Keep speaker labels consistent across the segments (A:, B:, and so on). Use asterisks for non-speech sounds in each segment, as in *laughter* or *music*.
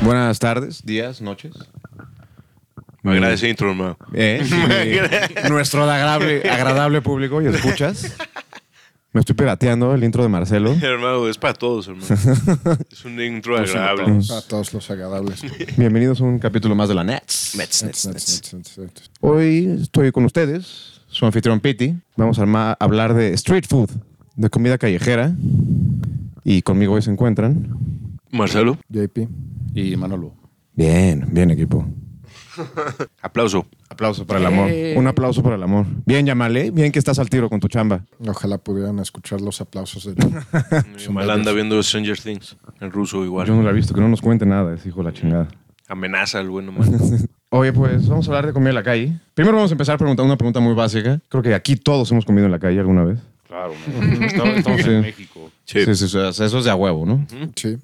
A: Buenas tardes, días, noches.
B: Me
A: Mm.
B: agrada ese intro, hermano.
A: *laughs* Eh, y nuestro agradable, agradable público, ¿y escuchas? Me estoy pirateando el intro de Marcelo.
B: Hermano, es para todos,
A: *laughs*
B: hermano. es un intro
A: Pues
B: agradable.
C: A todos los agradables.
B: *laughs*
A: Bienvenidos a un capítulo más de la Nets.
C: Nets, nets, nets, nets.
A: Hoy estoy con ustedes, su anfitrión Piti. Vamos a arma- hablar de street food, de comida callejera. Y conmigo hoy se encuentran.
B: Marcelo,
C: JP.
D: Y Manolo.
A: Bien, bien equipo.
B: aplauso.
A: Aplauso para el amor. Un aplauso para el amor. Bien, Yamale, bien que estás al tiro con tu chamba.
C: Ojalá pudieran escuchar los
B: *laughs*
C: aplausos de
B: Mi mal anda viendo Stranger Things. En ruso igual.
A: Pues Yo no la he visto, que no nos cuente nada, es hijo de la chingada.
B: Amenaza al
A: *laughs*
B: buen hermano.
A: Oye, pues vamos a hablar de comida en la calle. Primero vamos a empezar preguntando una pregunta muy básica. Creo que aquí todos hemos comido en la calle alguna vez.
D: Claro, man. estamos, estamos
A: Sí.
D: en México.
B: Sí.
A: sí, sí, o sea, eso es de a huevo, ¿no?
C: Sí.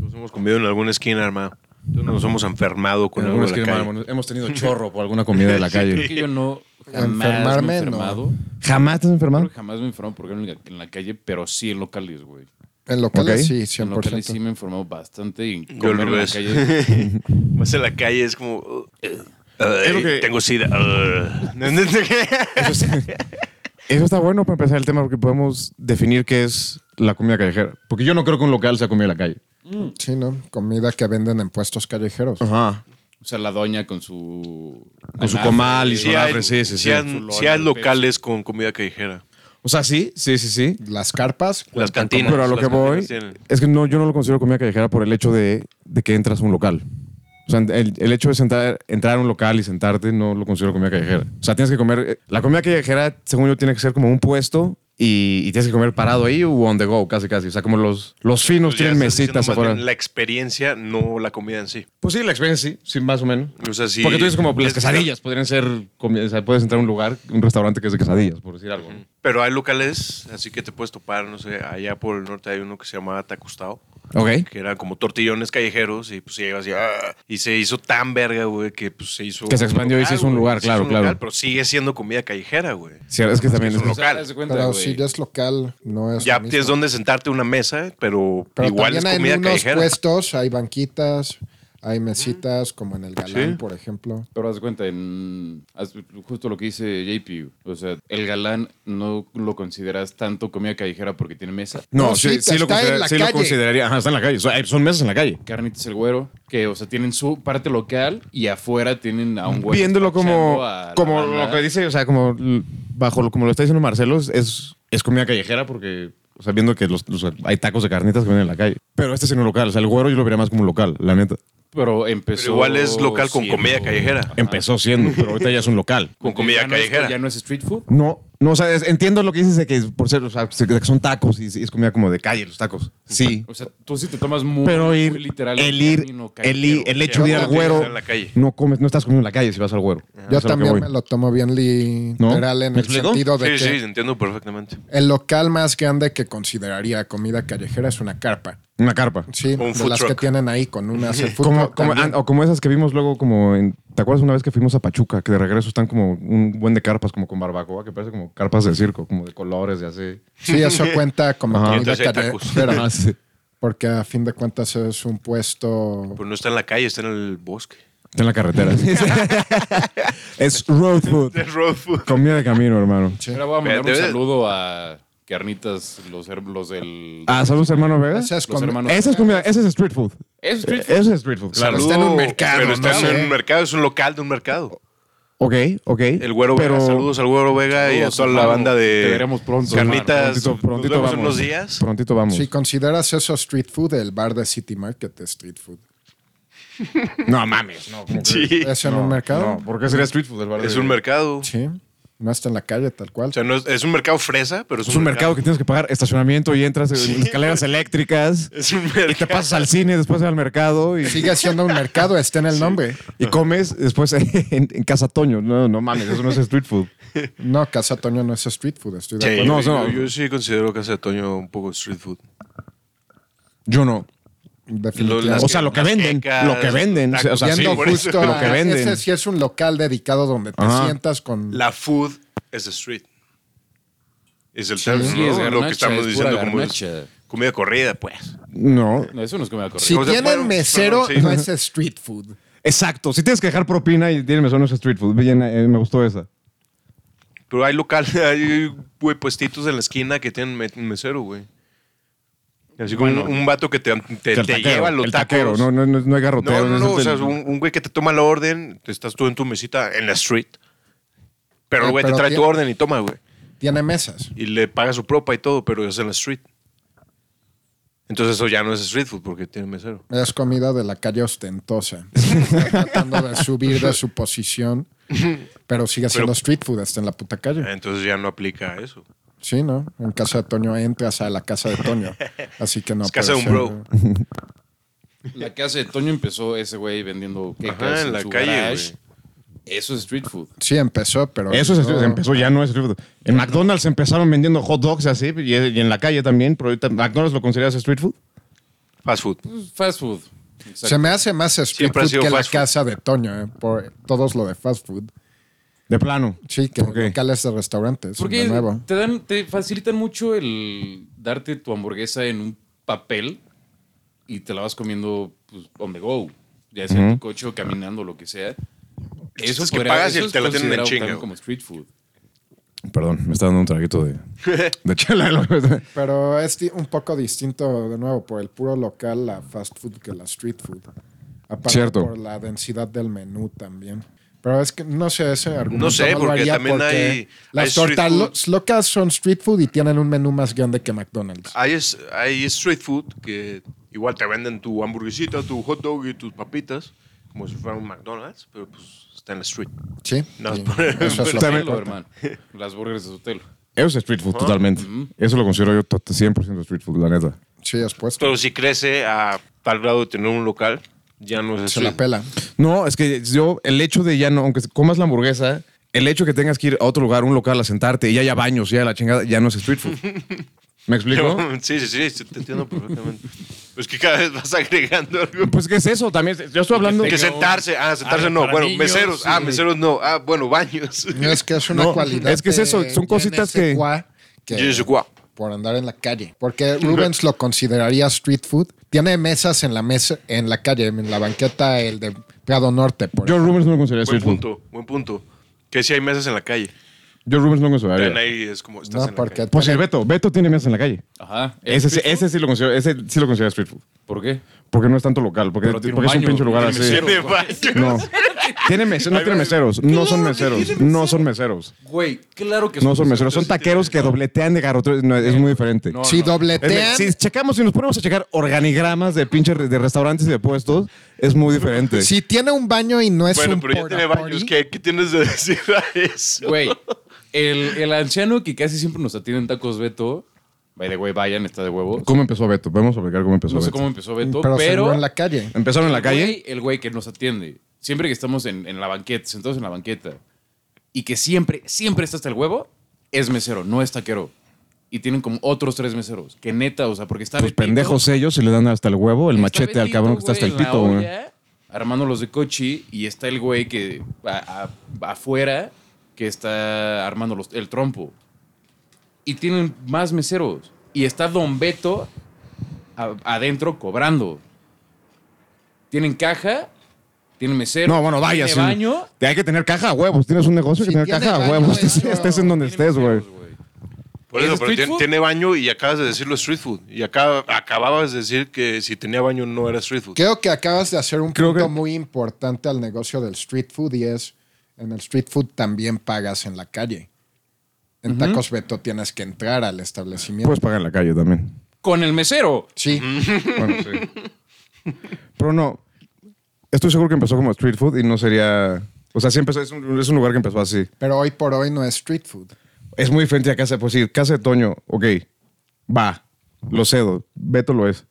B: Nos hemos comido en alguna esquina, hermano. Nos hemos enfermado con
A: En
B: algo
A: algunas
B: de la
A: que,
B: calle.
A: hermano, hemos tenido chorro por alguna comida
B: *laughs*
A: de la
D: Creo que
A: calle.
D: yo
C: *laughs*
D: no jamás
C: Enfermarme,
D: me he
C: no.
D: enfermado.
A: ¿Jamás te has
D: Creo
A: enfermado?
D: que jamás me enfermaron porque era en la- en la calle, pero sí en locales, güey.
C: En locales
A: Ok.
C: sí, 100%.
D: En locales sí me enfermó bastante. Y comer
B: Yo al
D: en la
B: revés.
D: calle.
B: Más en la calle es como. uh, ay,
A: lo que-
B: Tengo sida. Uh.
A: Eso, está, *laughs* eso está bueno para empezar el tema porque podemos definir qué es la comida callejera. Porque yo no creo que un local sea comida de la calle.
B: Mm.
C: Sí, ¿no? Comida que venden en puestos callejeros.
A: Ajá.
D: O sea, la doña con su.
A: Con su
D: anafre,
A: comal y su
B: Sí hay-
A: Solafre, *laughs* sí, sí,
B: sí
A: sí.
B: han- sí hay locales con comida callejera.
A: O sea, sí, sí, sí, sí.
C: Las carpas.
B: Las cantinas.
A: Pero a lo
B: las
A: que voy
B: cantinas tienen-
A: es que no, yo no lo considero comida callejera por el hecho de, de que entras a un local. O sea, el, el hecho de sentar, entrar a un local y sentarte no lo considero comida callejera. O sea, tienes que comer... eh, La comida callejera, según yo, tiene que ser como un puesto y, y tienes que comer parado ahí o on the go, casi, casi. O sea, como los, los finos
B: Pues ya
A: tienen
B: estás diciendo
A: mesitas
B: más
A: afuera.
B: bien La experiencia, no la comida en sí.
A: Pues sí, la experiencia sí, sí, más o menos.
B: O sea, sí-
A: Porque tú dices como las
B: es-
A: quesadillas podrían ser... comi- O sea, puedes entrar a un lugar, un restaurante que es de quesadillas, por decir algo. ¿no?
B: Pero hay locales, así que te puedes topar, no sé, allá por el norte hay uno que se llamaba Tacostado,
A: Ok.
B: que era como tortillones callejeros y pues se lleva así, ¡ah! y se hizo tan verga, güey, que pues se hizo...
A: Que se
B: un
A: expandió y se hizo un
B: güey,
A: lugar,
B: se hizo
A: claro,
B: un
A: claro.
B: pero sigue siendo comida callejera, güey.
A: Sí, es que también...
B: es un
A: es-
D: O sea,
B: local.
D: haz de cuenta,
C: Pero
D: güey.
C: si ya es local, no es.
B: Ya
C: lo mismo.
B: tienes donde sentarte a una mesa, pero,
C: Pero
B: igual es
C: también
B: comida
C: en unos
B: callejera.
C: puestos hay banquitas, hay mesitas, como en el Galán,
B: Sí.
C: por ejemplo.
D: Pero haz de cuenta, en, haz- justo lo que dice JP, o sea, el galán no lo consideras tanto comida callejera porque tiene mesa.
A: No,
C: No,
A: sí,
C: sí,
A: sí lo,
C: está en
A: considera-
C: la
A: sí lo
C: calle.
A: consideraría. Ajá, está en la calle. So- hay- Son mesas en la calle.
D: Carnitas el Güero, que, o sea, tienen su parte local y afuera tienen a un güero.
A: Viéndolo como,
D: escuchando a la
A: como
D: banda.
A: lo que dice, o sea, como l- bajo lo- como lo está diciendo Marcelo, es- es, es comida callejera porque, o sea, viendo que los, los- hay tacos de carnitas que vienen en la calle. Pero este es en un local. O sea, el güero yo lo vería más como un local, la neta.
D: Pero empezó.
B: Pero igual es local con comida callejera.
A: Empezó siendo, pero ahorita ya es un
C: *laughs*
A: local.
B: Con comida
D: ya no es-
B: callejera.
D: ya no es street food.
A: No, no, o sea, es- entiendo lo que dices de que, por ser, o sea, que son tacos y y es comida como de calle los tacos. Sí.
D: O sea, tú sí te tomas muy,
A: Pero ir,
D: muy literal
A: el ir,
D: término
A: el, ir-
D: callejero.
A: el hecho de ir
C: Ya
A: al
C: no
A: güero,
B: tienes en la calle.
A: no comes, no estás comiendo en la calle si vas al güero.
B: Ah,
A: Eso
C: Yo
A: es lo que
C: también
A: voy.
C: me lo tomo bien literal
A: ¿No?
C: en
A: ¿Me
C: el
A: explico?
C: sentido de
B: Sí,
C: que
B: sí, entiendo perfectamente.
C: el local más grande que consideraría comida callejera es una carpa.
A: Una carpa.
C: Sí,
B: Un
C: de
B: food
C: las
B: truck.
C: que tienen ahí con unas el food
A: Como,
C: truck
A: como-
C: también.
A: ah, o como esas que vimos luego, como en, ¿te acuerdas una vez que fuimos a Pachuca? Que de regreso están como un buen de carpas, como con barbacoa, que parece como carpas de circo, como de colores y así.
C: Sí,
A: *laughs*
C: eso cuenta como
A: Ajá.
C: comida
B: Entonces hay tacos.
C: callejera. Porque a fin de cuentas es un puesto.
B: Pero no está en la calle, está en el *laughs* bosque.
A: Está en la carretera. *laughs* es road food.
B: Es road food.
A: Comida de camino, hermano.
D: Ahora voy a mandar un
B: Debe-
D: saludo a Carnitas, los, her- los del.
A: Ah, saludos, hermano Vega.
C: Esa es
D: Los
C: comi-
D: hermanos.
A: Esa es comida, esa es street food.
D: Es street food.
A: Esa es street food, claro.
C: Está en un mercado,
B: Pero está
C: no
B: en
C: sé.
B: un mercado, es un local de un mercado.
A: Ok, ok.
B: El Güero Vega, saludos al Güero Vega y a
D: Saludos,
B: toda la
D: hermano.
B: banda de
D: Te veremos pronto,
B: Carnitas.
A: Prontito, prontito
B: Nos vemos en
A: vamos.
B: unos días.
A: Prontito vamos.
C: Si consideras eso street food, el bar de City Market es street food.
A: No mames, no. como que-
B: Sí,
C: ¿Es en un mercado?
A: No, ¿por qué sería street food el bar
B: es
A: de-
B: un mercado.
C: Sí. No está en la calle, tal cual.
B: O sea, no es, es un mercado fresa, pero es,
A: Es un mercado que tienes que pagar estacionamiento y entras en escaleras eléctricas.
B: Es un mercado.
A: Y te pasas al cine, después al mercado y,
C: Sigue siendo un mercado, está en el nombre.
A: y comes después *laughs* en, en Casa Toño. No, no mames, eso no es street food.
C: No, Casa Toño no es street food, estoy de
B: Sí,
C: acuerdo.
A: No,
B: yo,
A: no.
B: yo sí considero Casa de Toño un poco street food.
A: Yo no.
C: Definitivamente.
B: las
A: O sea, lo que
B: Las
A: venden.
B: quecas,
A: Lo que venden. O sea, sí,
C: Yendo
B: por eso.
C: justo
A: lo que
C: a-
A: venden.
C: Ese sí es un local dedicado donde te
A: Ajá.
C: sientas con.
B: La food es street. Es el
C: Sí,
B: término,
D: Sí,
B: ¿no?
D: es
B: lo que
D: garnacha,
B: estamos
D: es pura
B: diciendo como es-
D: garnacha.
B: comida corrida, pues.
A: No.
D: No, eso no es comida corrida.
C: Si
B: O sea,
C: tienen
B: bueno,
C: mesero,
B: perdón, sí.
C: no es street food.
A: Exacto. Si tienes que dejar propina y tienes mesón, no es street food. Bien, eh, me gustó esa.
B: Pero *laughs* hay locales, hay güey, puestitos en la esquina que tienen me- mesero, güey. Así como un, un vato que te, te,
A: El
B: te
A: taquero,
B: lleva los
A: el taquero,
B: tacos.
A: No, no, no, no hay
B: No,
A: garrotero.
B: no,
A: es
B: no, o
A: el-
B: sea, es un, un güey que te toma la orden, te estás tú en tu mesita en la street. Pero el
C: Ah,
B: güey te
C: pero
B: trae tu
C: tiene-
B: orden y toma, güey.
C: Tiene mesas.
B: Y le paga su propa y todo, pero es en la street. Entonces eso ya no es street food porque tiene mesero.
C: Es comida de la
B: *laughs*
C: calle ostentosa. Está tratando de subir de su posición, pero sigue siendo
B: Pero- Eh.
C: street food hasta en la puta calle.
B: Entonces ya no aplica eso.
C: Sí, ¿no? En casa de Toño entras a la casa
B: *laughs*
C: de Toño. Así que no.
B: Es casa de un
C: puede
B: bro.
C: ser.
D: La casa de Toño empezó ese güey vendiendo quecas
B: Ajá, en la
D: su
B: calle,
D: garage. Eso es street food.
C: Sí, empezó, pero.
A: Eso es street-
C: no.
A: empezó, ya no es street food. En McDonald's empezaron vendiendo hot dogs así y, y en la calle también, pero ahorita McDonald's lo consideras street food.
B: Fast food.
D: Fast food. Exacto.
C: Se me hace más street
B: Siempre ha
C: food
B: sido
C: que la
B: fast food.
C: casa de Toño, ¿eh? por todos lo de fast food.
A: De plano.
C: Sí, que
A: ¿Por qué?
C: locales de restaurantes.
D: Porque
C: de nuevo.
D: te dan, te facilitan mucho el darte tu hamburguesa en un papel y te la vas comiendo pues, on the go. Ya sea en tu coche o caminando, lo que sea. Eso
B: Es que
D: podría-
B: pagas y
D: eso es
B: te la tienen en
D: considerado
B: chinga,
D: también
B: güey.
D: como street food.
A: Perdón, me está dando un traguito
B: *laughs*
A: de, de chela. *laughs*
C: Pero es di- un poco distinto, de nuevo, por el puro local, la fast food que la street food. Aparte
A: Cierto.
C: por la densidad del menú también. Pero es que no sé, ese argumento.
B: No sé,
C: lo
B: porque
C: haría
B: también hay- hay
C: Las
B: street
C: tortas
B: food.
C: lo- locas son street food y tienen un menú más grande que McDonald's.
B: Hay, es- hay street food que igual te venden tu hamburguesita, tu hot dog y tus papitas, como si fuera un McDonald's, pero pues está en la street.
C: Sí.
B: *laughs* No,
C: sí,
B: pero-
C: eso es lo
A: También-
D: Telo,
C: que importa.
B: *laughs*
D: hermano. Las burgers de su telo.
A: Eso es street
B: Ah,
A: food totalmente.
B: mm.
A: Eso lo considero yo tot- 100% street food, la neta.
C: Sí, es puesto.
B: Pero si crece a tal grado de tener un local, ya no es
C: Se la
B: street.
C: pela.
A: No, es que yo, el hecho de ya no, aunque comas la hamburguesa, el hecho que tengas que ir a otro lugar, un local a sentarte y ya haya baños, ya la chingada, ya no es street
B: *laughs*
A: food. ¿Me
D: *laughs*
A: explico?
B: Sí, sí, sí, sí, te entiendo perfectamente. Pues que cada vez vas *laughs* agregando algo.
A: Pues, ¿qué es eso? También, yo estoy hablando.
B: Que
D: tenga
B: sentarse, ah, sentarse
D: Ah,
B: no,
D: para
B: bueno,
D: niños,
B: meseros, ah,
D: sí.
B: meseros no, ah, bueno, baños. *laughs*
C: No, es que es una
A: No,
C: cualidad.
A: es que es eso,
C: de-
A: son
C: de
A: cositas que-
C: NSQA que-
B: Yo soy guapo.
C: por andar en la calle. Porque Rubens lo consideraría street food. Tiene mesas en la mesa, en la calle, en la banqueta, el de Prado Norte. Por
A: Yo Rubens no lo consideraría
B: Buen
A: street food.
B: punto, buen punto. Que si hay mesas en la calle.
A: Yo Rubens no lo
B: Ven
A: consideraría.
B: ahí es como estás
C: ejemplo.
B: en
C: no,
B: la
C: porque
B: calle.
A: Pues el
C: tiene-
A: Beto, Beto tiene mesas en la calle.
D: Ajá. ¿Es
A: Ese, sí-
D: street food?
A: ese sí lo considero, ese sí lo considero street food.
D: ¿Por qué?
A: Porque no es tanto local, porque,
D: Pero tiene un
A: porque es un
D: baño,
A: pinche lugar así.
D: tiene mesero.
B: Tiene baños.
A: No. Tiene mese- no tiene meseros, no son meseros, no son meseros.
D: Güey, claro que
A: No son meseros, son taqueros que dobletean de garroteros. No, es muy diferente.
D: Eh, No,
C: Si
D: no.
A: Es de-
C: dobletean,
A: Si checamos, si nos ponemos a checar organigramas de pinche re- de restaurantes y de puestos, es muy diferente.
C: si tiene un baño y no *laughs* es
B: Bueno,
C: un
B: pero ya
C: porta
B: tiene baños.
C: potty,
B: ¿Qué, qué tienes de *laughs* decir a eso?
D: Güey, el, el anciano que casi siempre nos atiende en tacos Beto. By the way, vayan, está de huevo.
A: ¿Cómo empezó Beto? Vamos a explicar cómo empezó
D: No sé
A: Beto.
D: cómo empezó Beto,
C: pero,
D: pero.
C: se vio en la calle.
A: Empezaron en la calle.
D: güey- el güey que nos atiende. Siempre que estamos en, en la banqueta, sentados en la banqueta. Y que siempre, siempre está hasta el huevo, es mesero, no es taquero. Y tienen como otros tres meseros. Que neta, o sea, porque está.
A: Los
D: Betito,
A: pues pendejos ellos y le dan hasta el huevo, el
D: está
A: machete al
D: Betito,
A: cabrón que está hasta el
D: güey, en la
A: pito, güey.
D: olla, Armando los de cochi y está el güey que a- a- afuera que está armando los- el trompo. Y tienen más meseros. Y está Don Beto a- adentro cobrando. Tienen caja, tienen mesero.
A: No, bueno, vaya. sí.
D: Tiene baño.
A: Te Hay que tener caja a huevos. Tienes un negocio
C: Sí,
A: que tener
C: tiene
A: caja a
C: baño,
A: huevos.
C: güey, baño.
A: Estés en donde
D: tiene
A: estés, güey.
D: meseros,
B: Por eso,
D: ¿Es
B: pero
D: street
B: tiene,
D: food?
B: tiene baño y acabas de decirlo street food. Y acá, acababas de decir que si tenía baño no era street food.
C: Creo que acabas de hacer un
A: Creo
C: punto
A: que-
C: muy importante al negocio del street food y es en el street food también pagas en la calle. En Tacos Beto tienes que entrar al establecimiento.
A: Puedes pagar en la calle también.
D: Con el mesero.
C: sí,
A: Bueno, sí. *laughs* Pero no. Estoy seguro que empezó como street food y no sería. O sea, sí empezó. Es un, es un lugar que empezó así.
C: pero hoy por hoy no es street food.
A: Es muy diferente a casa. Pues sí, casa de Toño, ok. Va. Lo cedo. Beto lo es.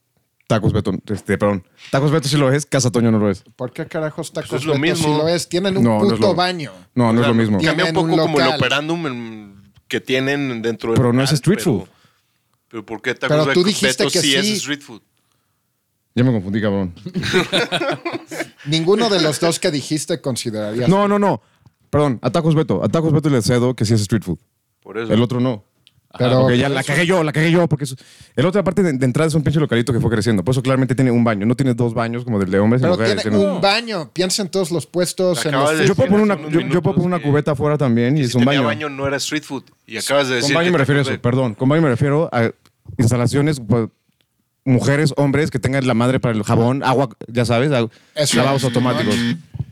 A: Tacos Beto. Este, perdón. Tacos Beto sí lo es. Casa Toño no lo es.
C: ¿Por qué carajos Tacos
B: Pues es lo
C: Beto
B: mismo.
C: si lo es? Tienen un
A: no, no
C: puto
A: es lo
C: baño.
A: No, no es lo mismo.
C: tiene
B: Cambia un poco
C: un
B: como el
C: local.
B: operandum en- que tienen dentro del
A: Pero no es
B: local,
A: street
B: pero-
A: food.
B: Pero ¿por qué tacos
C: Pero tú
B: Beto-
C: dijiste
B: Beto
C: que sí.
B: es street food?
A: Ya me confundí, cabrón.
C: Ninguno de los dos que dijiste considerarías.
A: No, no, no. Perdón. A Tacos Beto. A Tacos Beto le cedo que sí es street food.
B: Por eso.
A: El otro no.
C: Pero
A: ah, Porque ya la
C: eso-
A: cagué yo, la cagué yo. Porque eso- el otra parte de, de entrada es un pinche localito que fue creciendo. Por eso claramente tiene un baño. No tiene dos baños como del de hombres y
C: pero
A: mujeres.
C: tiene
A: tiene un-
C: un baño. Piensa en todos los puestos.
B: Te
C: en
B: acabas
C: los-
B: de
A: Yo puedo poner una,
B: Hace unos
A: yo, yo puedo
B: minutos
A: poner una
B: que-
A: cubeta afuera también y es
B: Si
A: un
B: tenía
A: baño.
B: baño no era street food. Y acabas de decir.
A: Con baño
B: que
A: me
B: te
A: refiero a eso,
B: acordé.
A: perdón. Con baño me refiero a instalaciones, pues, mujeres, hombres que tengan la madre para el jabón, agua, ya sabes, a-
C: Eso
A: lavados
C: es.
A: automáticos.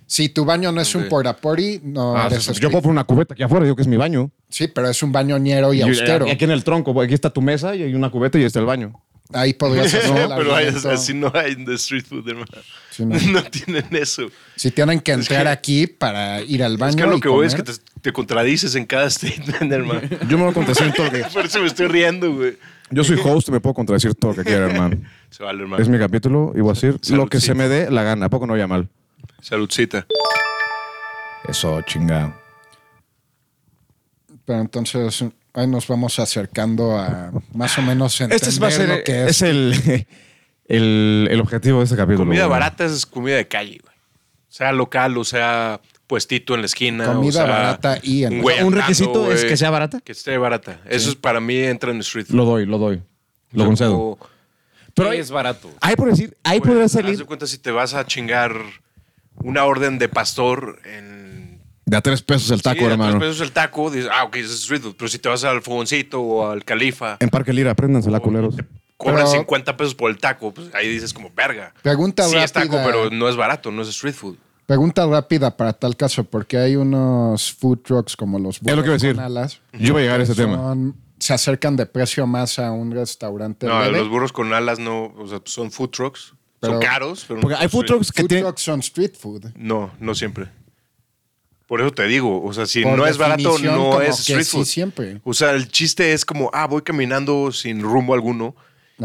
C: Si tu baño no es un
B: Ok.
C: porta potty, no
A: Ah,
C: eres
A: yo
C: street.
A: puedo poner una cubeta aquí afuera, digo que es mi baño.
C: Sí, pero es un bañonero y,
A: Y
C: austero.
A: aquí en el tronco, aquí está tu mesa y hay una cubeta y está el baño.
C: Ahí
B: *laughs*
C: podrías hacer el
B: pero hay-
C: argumento.
B: así no hay en the street food, hermano.
C: Sí,
B: *laughs* no.
C: no.
B: tienen eso.
C: Si tienen que entrar
B: que-
C: aquí para ir al baño.
B: Es que lo
C: y
B: que voy es que
C: comer.
B: te, te contradices en cada *laughs* statement, hermano.
A: Yo me voy a contradecir todo lo que-
B: Por eso me estoy riendo, güey.
A: Yo soy host y me puedo contradecir todo lo que quiera, hermano.
B: Se vale, hermano.
A: Es mi capítulo y voy a decir lo que
B: Saludcita.
A: se me dé la gana. ¿A poco no oía mal?
B: Saludcita.
A: Eso, chingado.
C: Pero entonces ahí nos vamos acercando a más o menos entender
A: Este es- va a ser
C: lo que es.
A: es el, *laughs* el, el objetivo de este capítulo.
B: Comida
A: güey.
B: barata es comida de calle, güey. Sea local o sea puestito en la esquina. o
C: Comida
B: sea,
C: barata y en-
B: güey
A: Un
B: andando,
A: requisito es
B: güey,
A: que sea barata.
B: Que esté barata. Eso es para mí entra en street food.
A: Lo doy, lo doy. Lo
B: O sea,
A: concedo.
B: o-
A: Pero
D: es barato.
A: Ahí por decir, ahí
B: Güey,
A: podría
B: Haz de
A: salir.
B: cuenta si te vas a chingar una orden de pastor en.
A: De a tres pesos el taco,
B: Sí, a tres
A: hermano.
B: pesos el taco, dices, ah, ok, es street food. Pero si te vas al fogoncito o al califa,
A: En Parque Lira, apréndansela, culeros.
B: cobran
C: Pero-
B: 50 pesos por el taco, pues ahí dices como verga.
C: Pregunta
B: sí, es taco,
C: rápida.
B: pero no es barato, no es street food.
C: Pregunta rápida para tal caso, porque hay unos food trucks como los
A: lo que iba a
C: burros
A: decir.
C: con alas.
A: Yo voy a llegar a ese
C: Son-
A: tema.
C: Se acercan de precio más a un restaurante.
B: No,
C: leve.
B: los burros con alas no, o sea, son food trucks.
C: Pero-
B: son caros, pero
A: Porque
B: no
A: hay
B: son
A: food trucks que
C: food
A: tienen.
C: trucks son street food.
B: No, no siempre. Por eso te digo, o sea, si
C: Por
B: no es barato,
C: definición, como
B: no es
C: que
B: street
C: sí
B: food.
C: siempre.
B: O sea, el chiste es como, ah, voy caminando sin rumbo alguno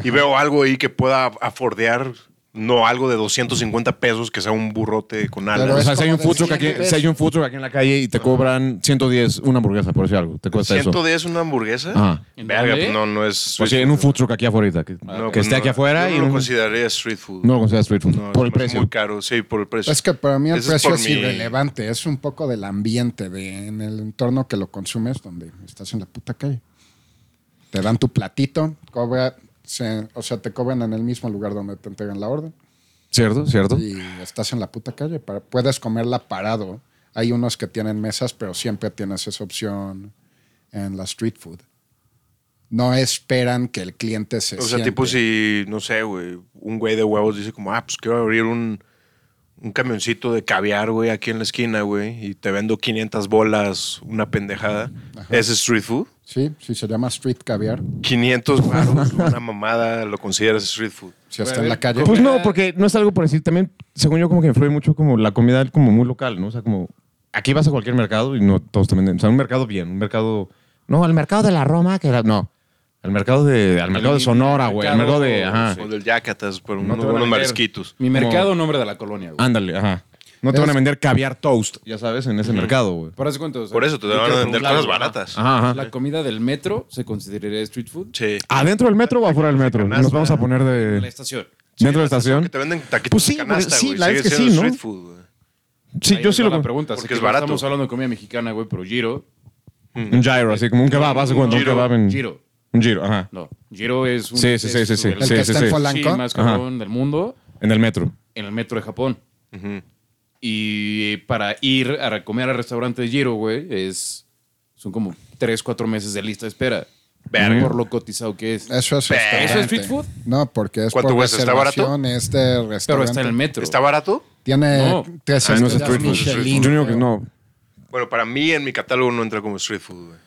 B: y veo algo ahí que pueda afordear, no algo de 250 pesos que sea un burrote con
A: O
C: Pero
B: alas.
C: es
A: sea, si hay,
C: como
A: un food truck
C: de
A: aquí,
C: 100 pesos.
A: si hay un food truck aquí en la calle y te cobran 110 una hamburguesa, por decir algo. Te cuesta eso.
B: ¿110 es una hamburguesa?
A: Ajá.
D: ¿En
B: Verga,
D: dónde?
B: pues no, no es.
A: O
B: street
A: sea, en
B: food.
A: un food truck aquí afuera. Que,
B: No,
A: que
B: pues
A: esté
B: no,
A: aquí afuera
B: yo
A: y
B: no
A: no,
B: lo consideraría street food.
A: no lo consideras street food.
B: No,
A: por el
B: es
A: precio.
B: Muy caro, sí, por el precio.
C: Es que para mí el
B: Ese es
C: precio
B: por
C: es
B: mi-
C: irrelevante. Es un poco del ambiente, de, en el entorno que lo consumes, donde estás en la puta calle. Te dan tu platito, cobra, se- o sea, te cobran en el mismo lugar donde te entregan la orden
A: ¿Cierto? ¿Cierto?
C: y estás en la puta calle. Para, puedes comerla parado. Hay unos que tienen mesas, pero siempre tienes esa opción en la street food. No esperan que el cliente se
B: O sea, tipo
C: siente.
B: si, no sé, güey, un güey de huevos dice como, ah, pues quiero abrir un, un camioncito de caviar, güey, aquí en la esquina, güey, y te vendo 500 bolas, una pendejada. ¿Es street food?
C: Sí, sí, se llama street caviar.
B: 500 baros, una mamada, lo consideras street food.
C: Si
D: Bueno,
C: está
D: a
C: en
D: ver,
C: la calle.
A: Pues no,
D: Comida-
A: porque no es algo por decir. También, según yo, como que influye mucho como la comida como muy local, ¿no? O sea, como aquí vas a cualquier mercado y no todos también. O sea, un mercado bien, un mercado. No, al mercado de la Roma, que era- No. Al mercado de. Al mercado de Sonora, güey. Al mercado de. Ajá.
B: O del Yacatas, por unos
A: Ah. te van a
B: buenos
A: vender.
B: marisquitos.
D: Mi mercado, nombre de la colonia, güey.
A: Ándale, ajá. No te van a vender caviar toast, ya sabes, en ese mercado, güey.
D: Por eso cuento. o sea,
B: Por eso te
D: yo
B: van a
D: quiero
B: vender
D: preguntar,
B: cosas baratas.
A: Ajá, ajá.
D: ¿La comida del metro se consideraría street food?
B: Sí.
A: ¿Adentro del metro o afuera del metro? Nos vamos a poner
D: En la
A: de.
D: estación.
A: ¿Dentro de la
B: Que
A: estación?
B: te venden taquitos
A: Pues sí,
B: de canasta,
A: güey, sí,
B: güey,
A: la
B: sigue
A: es que
B: siendo
A: sí, ¿no?
B: street food, güey.
A: Sí,
D: Ahí
A: yo
D: les
A: sí
D: va
A: lo.
D: La pregunta,
B: Porque
D: sé que
B: es barato.
D: Estamos hablando de comida mexicana, güey, pero giro.
A: Un gyro, así como un kebab, hace cuando un
B: giro,
A: kebab en.
D: Giro.
A: Un giro, ajá.
D: No. Giro es un.
A: Sí, sí, sí,
D: es
A: sí, sí.
D: el
C: el
A: sí,
C: que
A: sí,
C: está
A: sí.
C: en
D: sí,
C: Polanco.
D: más
A: Ajá.
D: cabrón del mundo
A: En el metro.
D: en el metro de Japón.
B: Ujú.
D: Y para ir a comer al restaurante de Giro, güey, es. Son como 3, 4 meses de lista de espera.
A: Verga.
D: Por lo cotizado que es.
C: Eso es restaurante.
D: ¿Eso es street food?
C: No, porque es
B: ¿Cuánto
C: por
B: cuesta? ¿Está barato?
C: reservación, es de restaurante.
D: Pero está en el metro.
B: ¿Está barato?
C: Tiene
D: No.
C: tres
A: Ah, no es
C: estrellas
A: street food.
C: Michelin.
A: Yo digo que no.
B: Bueno, para mí en mi catálogo no entra como street food, güey.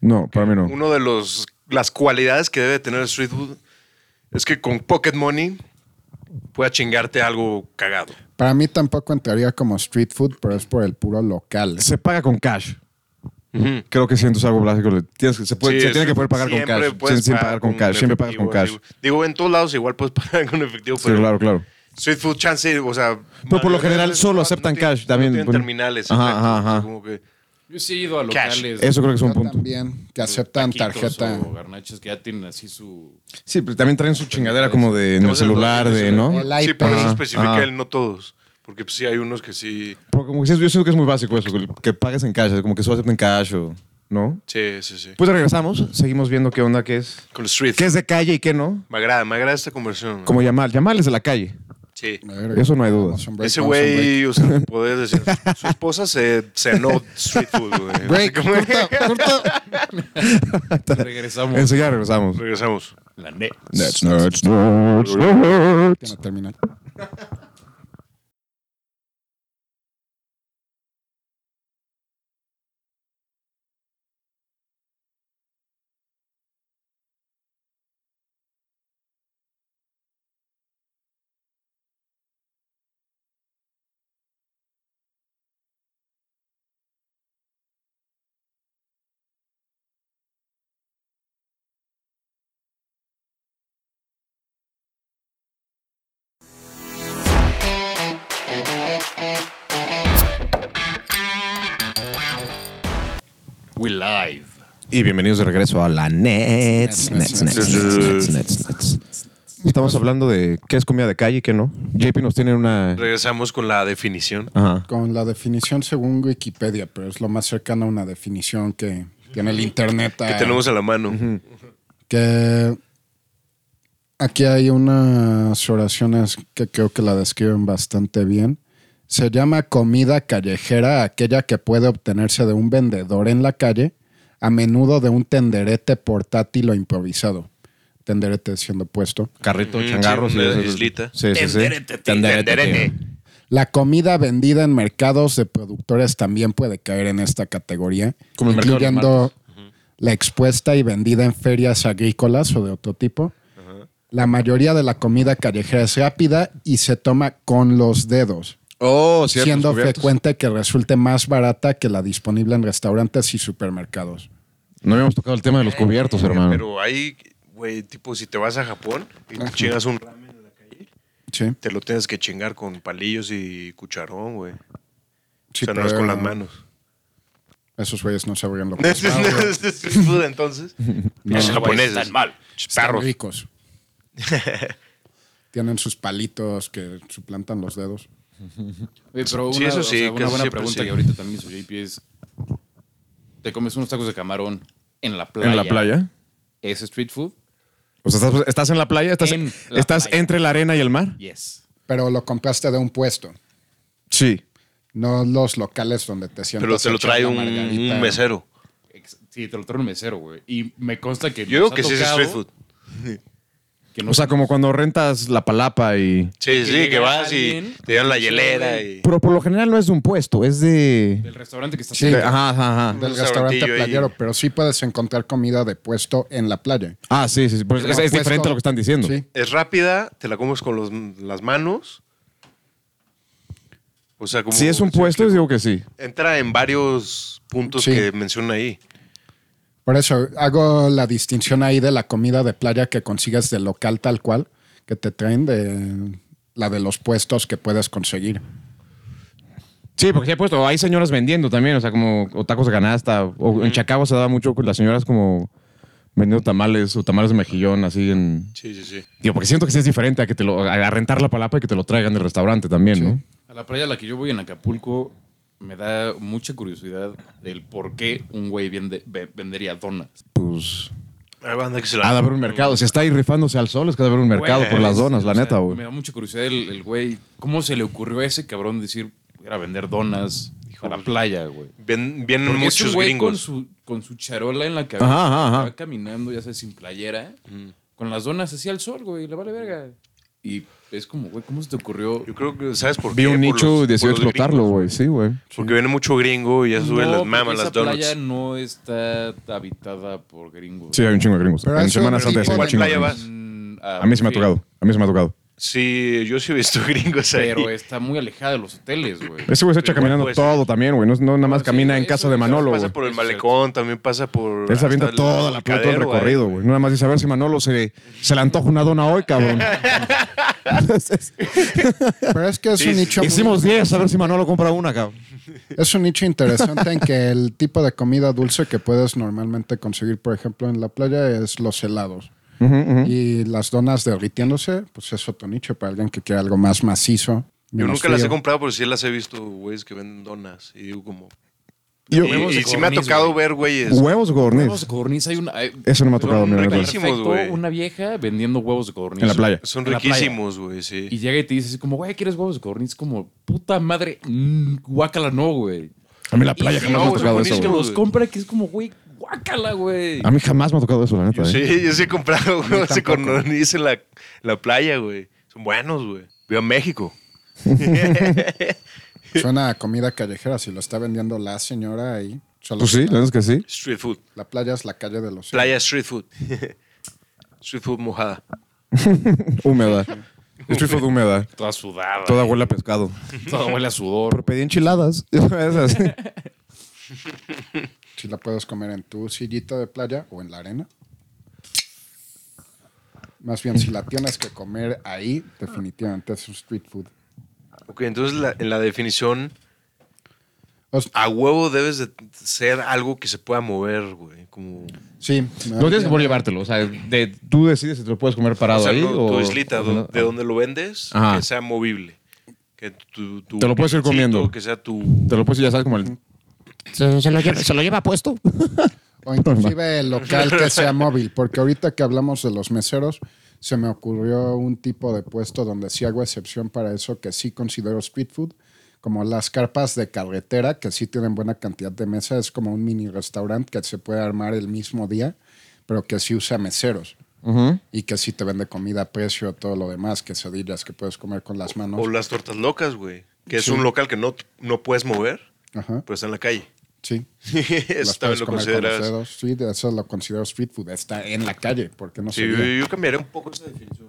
A: No, para mí no.
B: Uno de los las cualidades que debe tener Street Food es que con pocket money pueda chingarte algo cagado.
C: Para mí tampoco entraría como street food, pero es por el puro local.
A: Se paga con cash. Creo que siento es algo básico. le- tienes que- se puede-
B: Sí,
A: Pues se tiene que
B: street
A: poder pagar
B: food
A: con cash.
B: siempre puedes
A: Siempre, siempre pagar con cash. Siempre pagas con
B: efectivo,
A: cash.
B: digo. Digo, en todos lados igual puedes *laughs* pagar con efectivo,
A: Sí,
B: pero
A: claro, claro.
B: Street Food chance, o sea,
A: Pero por lo
B: mayoría
A: general
B: de
A: solo
B: no
A: aceptan
B: tienen-
A: cash también.
B: No tienen
A: Bueno.
B: terminales.
A: Ajá,
B: exacto.
A: ajá,
B: O sea,
A: ajá.
B: como que-
D: Yo sí he ido a
B: Cash.
D: locales.
A: Eso creo que es un
C: Yo
A: punto.
C: también, que aceptan
D: taquitos
C: tarjeta.
D: O garnachas que ya tienen así su.
A: Sí, pero también traen su chingadera como de en el
B: Entonces,
A: celular,
B: los-
A: de, ¿no?
C: El
B: Sí,
C: iPad.
B: pero eso
A: Ajá,
B: especifica
A: ajá.
B: él, no todos. Porque pues, sí hay unos que sí.
A: Porque como que sí, yo siento que es muy básico eso, que, que pagues en cash, como que solo acepten cash o... ¿no?
B: Sí, sí, sí.
A: Pues regresamos, seguimos viendo qué onda, qué es,
B: Con el street.
A: qué es de calle y qué no.
B: Me agrada, me agrada esta conversión.
A: Como Yamal. Yamal es de la calle.
B: Sí.
C: Verga.
A: Eso no hay duda.
C: Vamos a un break,
B: Ese
C: vamos a un
B: güey, o
C: *laughs*
B: sea, podés decir, su esposa se cenó street food, güey.
C: Break,
B: Así como-
C: corta, corta.
D: *laughs* Regresamos.
A: Enseguida regresamos.
B: Regresamos.
D: La net.
A: Nerds, nerds, nerds, nerds.
C: Tiene que terminar.
D: We live.
A: Y bienvenidos de regreso a la Nets. Nets, Nets, Nets, Nets, Nets, Nets. Estamos hablando de qué es comida de calle y qué no. JP nos tiene una.
B: Regresamos con la definición.
A: Ajá.
C: Con la definición según Wikipedia, pero es lo más cercano a una definición que tiene el internet.
B: Que
C: a-
B: tenemos a la mano.
C: que aquí hay unas oraciones que creo que la describen bastante bien. Se llama comida callejera aquella que puede obtenerse de un vendedor en la calle, a menudo de un tenderete portátil o improvisado. Tenderete siendo puesto.
D: Mm,
A: Carrito,
B: Ujú,
A: changarros.
B: sí, una
A: sí, sí, sí.
B: islita.
A: Sí, sí, sí.
D: Tenderete, tenderete.
C: La comida vendida en mercados de productores también puede caer en esta categoría,
D: Como el mercado de los
C: incluyendo la expuesta y vendida en ferias agrícolas o de otro tipo. La mayoría de la comida callejera es rápida y se toma con los dedos,
A: Oh, cierto.
C: siendo
A: cubiertos.
C: frecuente que resulte más barata que la disponible en restaurantes y supermercados.
A: No habíamos tocado el tema de los
D: Eh,
A: cubiertos, hermano.
B: Pero ahí, güey, tipo, si te vas a Japón y te chingas un ramen en la calle,
C: Sí,
B: te lo tienes que chingar con palillos y cucharón, güey. o
C: sí,
B: sea, no es
C: pero
B: con las manos.
C: Esos güeyes *laughs* no sabrían lo
B: *laughs*
C: que es.
B: street food,
C: *laughs*
B: entonces. Los japoneses.
D: Están mal.
C: Están ricos. Tienen sus palitos que suplantan los dedos.
D: Oye, pero una,
B: Sí, eso
D: o
B: sí,
D: sea, una
B: casi
D: buena
B: siempre
D: pregunta
B: sí.
D: que ahorita también hizo JP es: ¿te comes unos tacos de camarón en la playa?
A: ¿En la playa?
D: ¿Es street food?
A: O sea, estás, estás en la playa, estás,
D: En la
A: estás
D: playa.
A: entre la arena y el mar.
D: Yes.
C: Pero lo compraste de un puesto,
A: Sí.
C: no los locales donde te sientas.
B: Pero te
C: a
B: lo
C: echar
B: trae
C: la
B: un,
C: margarita.
B: un mesero.
D: Ex- Sí, te lo trae un mesero, güey. Y me consta que.
B: Yo
D: nos
B: digo
D: ha
B: que sí es
D: tocado
B: street food.
D: que
A: O sea, como cuando rentas la palapa y.
B: Sí,
D: llega
B: sí, que vas y
D: alguien,
B: te dan la
D: sí,
B: hielera
D: güey.
B: y...
A: Pero por lo general no es de un puesto, es de.
D: Del restaurante que está
C: Sí.
D: cerca.
A: Ajá, ajá, ajá.
C: del
B: Un
C: restaurante
B: restaurantillo ahí.
C: playero, pero sí puedes encontrar comida de puesto en la playa.
A: Ah, sí, sí. sí, pero es-
C: Pero
A: es,
C: puesto-
A: diferente a lo que están diciendo.
C: Sí.
B: Es rápida, te la comes con los- las manos. O sea, como...
A: Si es un
B: sí,
A: puesto, digo que sí.
B: Entra en varios puntos
C: Sí.
B: que menciona ahí.
C: Por eso hago la distinción ahí de la comida de playa que consigues del local tal cual, que te traen de la de los puestos que puedes conseguir.
A: Sí, porque sí he puesto, hay señoras vendiendo también, o sea, como o tacos de canasta. O en Chacabo se daba mucho con las señoras como vendiendo tamales o tamales de mejillón, así en.
B: Sí, sí, sí.
A: Digo, porque siento que sí es diferente a que te lo, a rentar la palapa y que te lo traigan del restaurante también, ¿no?
D: A la playa a la que yo voy en Acapulco me da mucha curiosidad del por qué un güey vende- ve- vendería donas.
A: Pues.
B: Hay banda que se la...
A: Ha de haber un mercado. Si está ahí rifándose al sol, es que ha de haber un mercado
D: Güey,
A: por las
D: es-
A: donas, la
D: o sea,
A: neta,
D: Me
A: güey.
D: da mucha curiosidad el, el güey. ¿Cómo se le ocurrió a ese cabrón decir, era vender donas a la playa, güey?
B: Ven- vienen
D: Porque ese
B: Mm, muchos
D: güey
B: gringos.
D: Con su, con su charola en la cabeza,
A: Ajá, ajá, ajá.
D: va caminando, ya sabes, sin playera,
B: Mm.
D: con las donas así al sol, güey, le vale verga. Y es como, güey, ¿cómo se te ocurrió?
B: Yo creo que, ¿sabes por
A: Vi
B: qué?
A: un
B: Por
A: nicho
B: los-
A: y decidió
B: por los
A: explotarlo,
B: gringos.
A: güey. Sí, güey.
B: Porque viene mucho gringo y ya
D: No,
B: suben las
D: porque
B: mamas,
D: esa
B: las
D: playa
B: donuts.
D: no está habitada por gringos.
A: Sí, hay un chingo de gringos.
C: Pero
A: en
C: eso-
A: Semana
C: pero
A: Santa
C: ¿en
A: sí, hay un
B: cuál
A: chingo de
B: playa
A: gringos.
B: vas?
D: Mm,
A: A mí sí me ha
D: sí,
A: tocado. A mí sí me ha tocado.
B: Sí, yo sí he visto *laughs* gringos ahí.
D: Pero está muy alejada de los hoteles, güey.
A: Ese güey se echa
B: Igual
A: caminando
B: puede ser.
A: todo también, güey. No, no
B: pues
A: nada más
D: sí,
A: camina en
D: eso
A: casa de
D: es-
A: Manolo,
B: pasa
A: güey.
B: por el malecón, también pasa por...
A: Él se avienta
B: hasta
A: toda la todo el
B: picadero, güey.
A: recorrido, güey. Nada más dice, a ver si Manolo se, se le antoja una dona hoy,
B: *laughs*
A: cabrón.
C: Pero es que es
B: Sí,
C: un
B: sí,
C: nicho muy-
A: Hicimos 10, a ver si Manolo compra una, cabrón.
C: Es un nicho interesante en que el tipo de comida dulce que puedes normalmente conseguir, por ejemplo, en la playa es los helados. Y las donas derritiéndose, pues es otro nicho para alguien que quiera algo más macizo.
B: Yo
C: menos
B: nunca las he
C: frío.
B: comprado, pero sí las he visto, güeyes, que venden donas. Y digo como...
A: Yo-
B: Y,
D: Huevos de
B: y sí me ha
D: codorniz,
B: tocado
D: güey.
B: ver, güeyes.
A: Huevos gornis.
D: Huevos de codorniz hay una. hay-
A: Eso no me ha tocado
D: un
A: mirar,
D: perfecto,
B: Riquísimos, güey.
D: Una vieja vendiendo huevos de codorniz.
A: En la playa.
B: Son
D: En la playa.
B: riquísimos, güey, sí.
D: Y llega y te dice así como, güey, ¿quieres huevos de codorniz? Como, puta madre, mm, guácala no, güey.
A: A mí la playa
B: sí,
A: jamás
B: no,
A: me ha
B: güey,
A: tocado eso.
D: Es que
B: buenísimo.
A: güey.
D: los compra que es como, güey, guácala, güey.
A: A mí jamás me ha tocado eso, la neta.
B: Yo
A: ¿eh?
B: sí, yo sí he comprado *laughs* huevos de
C: tampoco.
B: codorniz en la, la playa, güey. Son buenos, güey. Viva México.
C: Suena a comida callejera. Si lo está vendiendo la señora ahí. solo
A: Pues sí, la
C: está-
A: verdad es que sí.
B: Street food.
C: La playa es la calle de los.
B: Playa street food. *laughs* street food mojada.
A: Húmeda. Street food húmeda.
D: Toda sudada.
A: Toda huele a pescado.
D: Todo huele a sudor.
A: Pero pedí enchiladas. *laughs* Esas.
C: Si la puedes comer en tu sillita de playa o en la arena. Más bien, si la tienes que comer ahí, definitivamente es un street food.
B: Ok, entonces la- en la definición,
C: O sea,
B: a huevo debes de ser algo que se pueda mover, güey. Como,
C: sí.
A: No tienes que poder llevártelo. O sea, de- tú decides si te lo puedes comer
B: o
A: parado
B: sea,
A: ahí
B: no,
A: o. ah.
B: tu islita, do- de donde lo vendes,
A: Ajá.
B: que sea movible. Que tu, tu
A: Te lo puedes ir
B: piecito,
A: comiendo.
B: Que sea tu...
A: Te lo puedes, ya sabes, como el.
E: Se, se lo lleva, se lo lleva puesto.
C: O inclusive el local que sea móvil, porque ahorita que hablamos de los meseros, se me ocurrió un tipo de puesto donde sí hago excepción para eso que sí considero street food, como las carpas de carretera, que sí tienen buena cantidad de mesas, es como un mini restaurante que se puede armar el mismo día, pero que sí usa meseros. Y que sí te vende comida a precio, todo lo demás, quesadillas que puedes comer con las manos.
B: O las tortas locas, güey. Que es un local que no, no puedes mover,
C: Ajá,
B: pero está en la calle. *laughs*
C: sí.
B: Eso también
C: Las puedes
B: lo
C: comer con los
B: consideras.
C: dedos. Sí, de eso lo considero street food. Está en la calle, porque no
B: Sí,
C: se
B: yo,
C: ve.
B: yo cambiaría un poco esa definición.